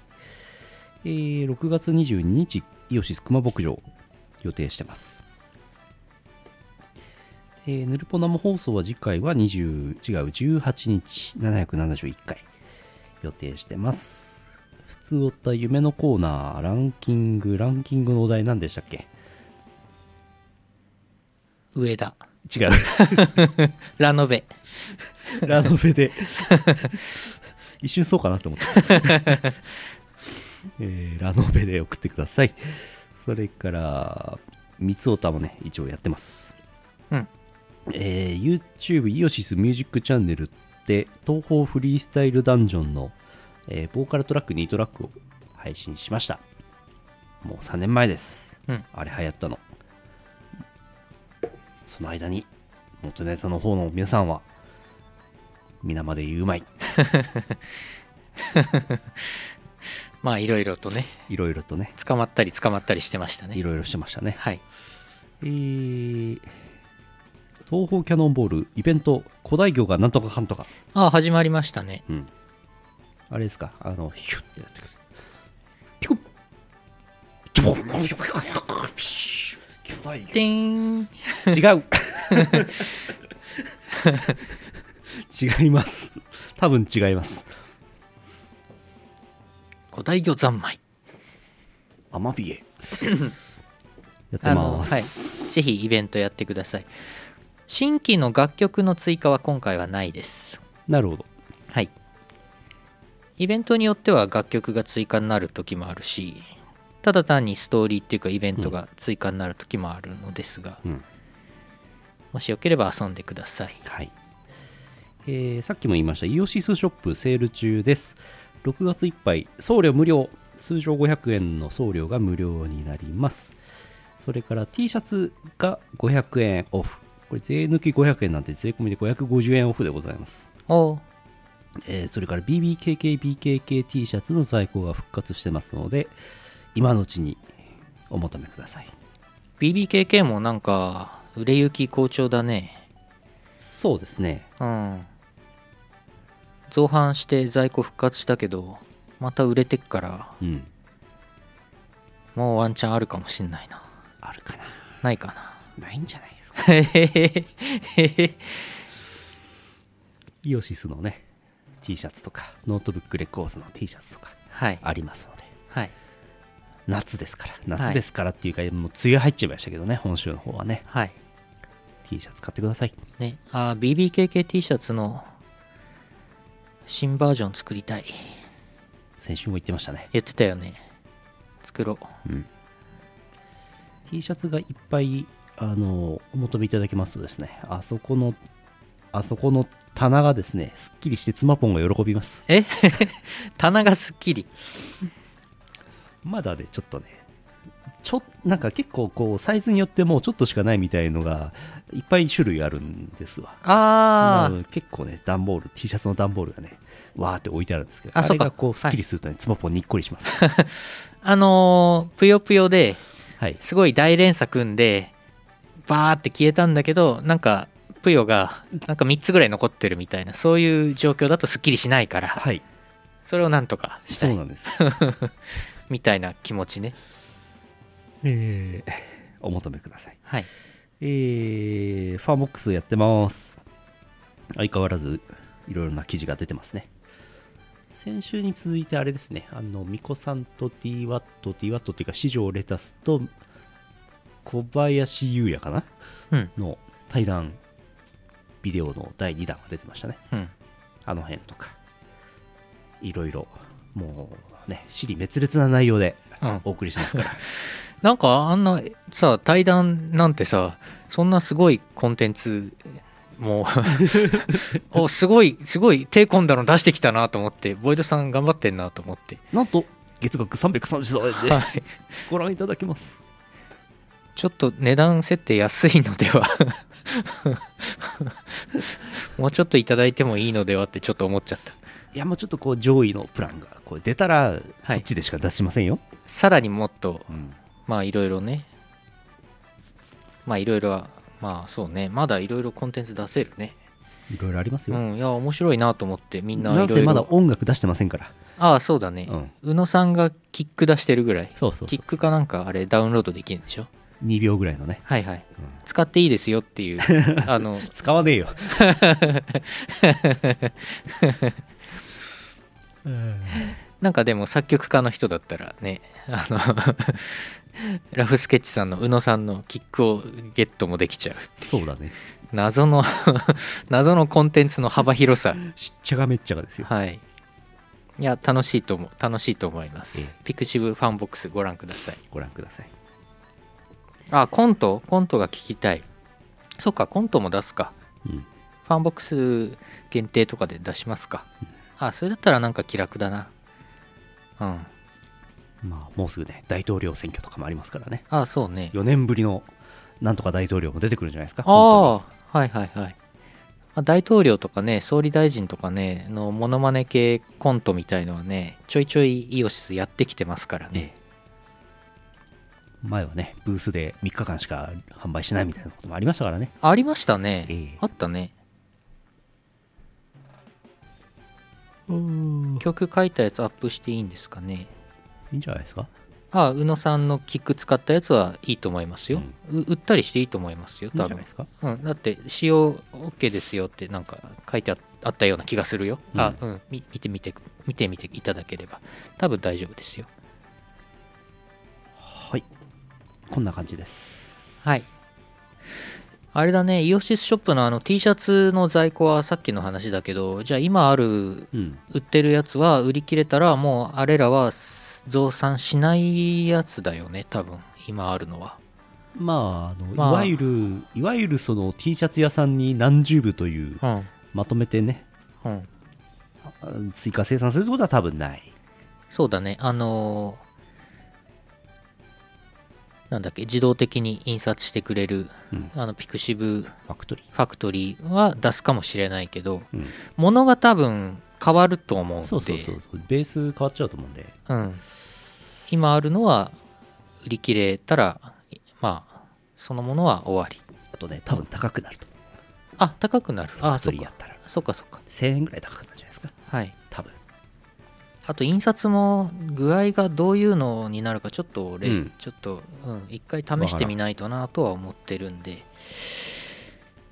Speaker 2: えー6月22日イオシス熊牧場予定してますえー、ヌルポ生放送は次回は20、違う、18日、771回予定してます。普通おった夢のコーナー、ランキング、ランキングのお題何でしたっけ
Speaker 1: 上田
Speaker 2: 違う。
Speaker 1: ラノベ
Speaker 2: ラノベで。一瞬そうかなと思って えーラノベで送ってください。それから、三つおたもね、一応やってます。
Speaker 1: うん
Speaker 2: えー YouTube イオシスミュージックチャンネルって東方フリースタイルダンジョンの、えーボーカルトラック2トラックを配信しましたもう3年前です、
Speaker 1: うん
Speaker 2: あれ流行ったのその間に元ネタの方の皆さんは皆まで言うまい
Speaker 1: まあいろいろとね
Speaker 2: いろいろとね
Speaker 1: 捕まったり捕まったりしてました
Speaker 2: い
Speaker 1: ね
Speaker 2: ろいろしてましたね
Speaker 1: はい
Speaker 2: えー東方キャノンボールイベント古代魚がなんとかかんとか
Speaker 1: ああ始まりましたね
Speaker 2: うん。あれですか、あの、ヒュッてやってください。ピコッジョボンピコッピシュ巨大
Speaker 1: てーん
Speaker 2: 魚 違う違います。多分違います。
Speaker 1: 古代魚三昧
Speaker 2: アマビエ。やって
Speaker 1: あの
Speaker 2: ま
Speaker 1: はい
Speaker 2: す。
Speaker 1: ぜひイベントやってください新規の楽曲の追加は今回はないです
Speaker 2: なるほど。
Speaker 1: はい。イベントによっては楽曲が追加になる時もあるし、ただ単にストーリーっていうかイベントが追加になる時もあるのですが、
Speaker 2: うん。
Speaker 1: もしよければ遊んでください。
Speaker 2: はい、えーさっきも言いましたイオシスショップセール中です6月いっぱい送料無料通常500円の送料が無料になりますそれから T シャツが500円オフこれ税抜き500円なんで税込みで550円オフでございます
Speaker 1: おう
Speaker 2: えーそれから BBKKBKKT シャツの在庫が復活してますので今のうちにお求めください
Speaker 1: BBKK もなんか、売れ行き好調だね。
Speaker 2: そうですね
Speaker 1: うん。造反して在庫復活したけど、また売れてっから、
Speaker 2: うん
Speaker 1: もうワンチャンあるかもしんないな。
Speaker 2: あるかな
Speaker 1: ないかな。
Speaker 2: ないんじゃないですか
Speaker 1: へへへへへ
Speaker 2: イオシスのね T シャツとかノートブックレコーズの T シャツとか
Speaker 1: はい。
Speaker 2: ありますので
Speaker 1: はい。
Speaker 2: 夏ですから
Speaker 1: は
Speaker 2: 夏
Speaker 1: い
Speaker 2: ですからっていうか、もう梅雨入っちゃいましたけどね本州の方はね
Speaker 1: はい。
Speaker 2: T シャツ買ってください
Speaker 1: ね、あー BBKKT シャツの新バージョン作りたい
Speaker 2: 先週も言ってましたね
Speaker 1: 言ってたよね作ろう
Speaker 2: T シャツがいっぱいあのお求めいただけますとですねあそこのあそこの棚がですねすっきりして妻ポンが喜びます
Speaker 1: え棚がすっきり
Speaker 2: まだねちょっとねちょなんか結構こうサイズによってもうちょっとしかないみたいのがいっぱい種類あるんですわ
Speaker 1: あー、
Speaker 2: うん結構ね段ボール T シャツの段ボールがねわーって置いてあるんですけどあ
Speaker 1: あ
Speaker 2: れ
Speaker 1: そう
Speaker 2: が
Speaker 1: か
Speaker 2: こうすっきりするとね、つまぽんにっこりしますは
Speaker 1: あのーぷよぷよで
Speaker 2: い
Speaker 1: すごい大連鎖組んでバーって消えたんだけどなんかプヨがなんか3つぐらい残ってるみたいなそういう状況だとすっきりしないから
Speaker 2: はい
Speaker 1: それをなんとかした
Speaker 2: そう
Speaker 1: い
Speaker 2: なんです
Speaker 1: みたいな気持ちね
Speaker 2: えーお求めください
Speaker 1: はい
Speaker 2: えーファーボックスやってます相変わらずいろいろな記事が出てますね先週に続いてあれですねあのミコさんと DWAT DWAT っていうか四条レタスと小林優也かな
Speaker 1: うん
Speaker 2: の対談ビデオの第2弾が出てましたね
Speaker 1: うん
Speaker 2: あの辺とかいろいろもうね尻滅裂な内容で
Speaker 1: うん
Speaker 2: お送りしますから
Speaker 1: なんかあんなさ対談なんてさそんなすごいコンテンツ もうおすごいすごい手込んだの出してきたなと思ってボイドさん頑張ってんなと思って
Speaker 2: なんと月額333円で
Speaker 1: はい
Speaker 2: ご覧いただけます
Speaker 1: ちょっと値段設定安いのでは もうちょっといただいてもいいのではってちょっと思っちゃった
Speaker 2: いやもうちょっとこう上位のプランがこう出たら
Speaker 1: は
Speaker 2: そ
Speaker 1: い
Speaker 2: っちでしか出しませんよ、
Speaker 1: さらにもっと
Speaker 2: うん
Speaker 1: まあいろいろねまあいろいろはまあそうねまだいろいろコンテンツ出せるね
Speaker 2: いろいろあります
Speaker 1: う
Speaker 2: よ、
Speaker 1: んいや面白いなと思ってみんない
Speaker 2: な
Speaker 1: ろ
Speaker 2: ん
Speaker 1: い
Speaker 2: せ
Speaker 1: ろ
Speaker 2: まだ音楽出してませんから、
Speaker 1: ああそうだね、
Speaker 2: うん、
Speaker 1: 宇野さんがキック出してるぐらい
Speaker 2: そうそう
Speaker 1: キックかなんかあれダウンロードできるんでしょ
Speaker 2: 2秒ぐらいのね
Speaker 1: はいはい、
Speaker 2: うん
Speaker 1: 使っていいですよっていう あの
Speaker 2: 使わねえよ
Speaker 1: なんかでも作曲家の人だったらねあの ラフスケッチさんの宇野さんのキックをゲットもできちゃう
Speaker 2: そうだね
Speaker 1: 謎の 謎のコンテンツの幅広さ
Speaker 2: しっちゃがめっちゃがですよ
Speaker 1: はいいや楽しいと思う楽しいと思いま
Speaker 2: え
Speaker 1: すピクシブファンボックスご覧ください
Speaker 2: ご覧ください
Speaker 1: あコントコントが聞きたいそっかコントも出すか
Speaker 2: うん
Speaker 1: ファンボックス限定とかで出しますか。あ、それだったらなんか気楽だな。うん。
Speaker 2: まあもうすぐね大統領選挙とかもありますからね
Speaker 1: あ、そうね。
Speaker 2: 4年ぶりのなんとか大統領も出てくるんじゃないですか
Speaker 1: ああ、はいはいはい。まあ大統領とかね、総理大臣とかね、のモノマネ系コントみたいのはね、ちょいちょいイオシスやってきてますからね。
Speaker 2: ね前はねブースで3日間しか販売しないみたいなこともありましたからね
Speaker 1: ありましたね。
Speaker 2: ええ
Speaker 1: あったね。曲書いたやつアップしていいんですかね。
Speaker 2: いいんじゃないですか
Speaker 1: あ、宇野さんのキック使ったやつはいいと思いますよ。う売ったりしていいと思いますよ、
Speaker 2: いいん
Speaker 1: 多
Speaker 2: じゃ
Speaker 1: 分
Speaker 2: ないで。すか
Speaker 1: うん、だって使用 OK ですよってなんか書いてああったような気がするよ。あ、うん、み見てみて、見てみていただければ多分大丈夫ですよ。
Speaker 2: はいこんな感じです
Speaker 1: はい。あれだね、イオシスショップのあの T シャツの在庫はさっきの話だけど、じゃあ今ある
Speaker 2: うん
Speaker 1: 売ってるやつは売り切れたらもうあれらは増産しないやつだよね、多分今あるのは。
Speaker 2: まああの、
Speaker 1: まあ
Speaker 2: いわゆるいわゆるその T シャツ屋さんに何十部という
Speaker 1: うん。
Speaker 2: まとめてね
Speaker 1: うん。
Speaker 2: あ追加生産するってことは多分ない
Speaker 1: そうだね、あのーなんだっけ、自動的に印刷してくれる、
Speaker 2: うん
Speaker 1: あの、ピクシブフ
Speaker 2: ファクトリ
Speaker 1: ァクトリーは出すかもしれないけど、
Speaker 2: ー、うん、
Speaker 1: 物が多分変わると思うんで、
Speaker 2: そうそうそうそうベース変わっちゃうと思うんで
Speaker 1: うん。今あるのは、売り切れたら、まあ、そのものは終わり。
Speaker 2: あとね多分高くなると
Speaker 1: あ、高くなる。あ、
Speaker 2: ファクト
Speaker 1: そっ
Speaker 2: リーや
Speaker 1: か
Speaker 2: っ。たら
Speaker 1: そっかそっか。
Speaker 2: 1000円ぐらい高くなるんじゃないですか
Speaker 1: はい。
Speaker 2: 多分
Speaker 1: あと印刷も具合がどういうのになるかちょっと俺、
Speaker 2: うん
Speaker 1: ちょっと、うん、一回試してみないとなとは思ってるんで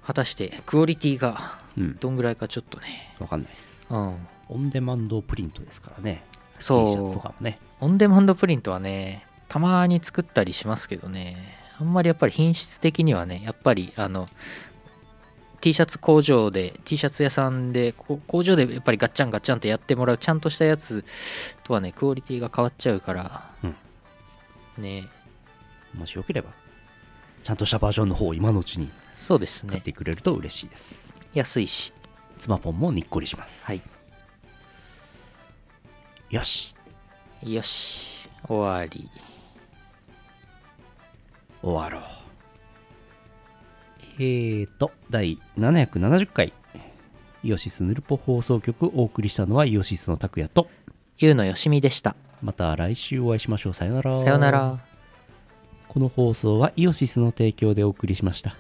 Speaker 1: 果たしてクオリティが
Speaker 2: うん
Speaker 1: どんぐらいかちょっとね
Speaker 2: 分かんないです
Speaker 1: うん
Speaker 2: オンデマンドプリントですからね T シ
Speaker 1: そう
Speaker 2: ャツとかもね
Speaker 1: オンデマンドプリントはねたまに作ったりしますけどねあんまりやっぱり品質的にはねやっぱりあの T シャツ工場で T シャツ屋さんでこ工場でやっぱりガッチャンガッチャンってやってもらうちゃんとしたやつとはねクオリティが変わっちゃうから、
Speaker 2: うん
Speaker 1: ね
Speaker 2: もしよければちゃんとしたバージョンの方を今のうちに
Speaker 1: そうです
Speaker 2: 買
Speaker 1: ね
Speaker 2: ってくれると嬉しいです、
Speaker 1: 安いし
Speaker 2: スマポンもにっこりします
Speaker 1: はい
Speaker 2: よし
Speaker 1: よし終わり
Speaker 2: 終わろうえーと第770回イオシスヌルポ放送局をお送りしたのはイオシスの拓也と
Speaker 1: ゆうのよしみでした
Speaker 2: また来週お会いしましょうさよなら
Speaker 1: さよなら
Speaker 2: この放送はイオシスの提供でお送りしました。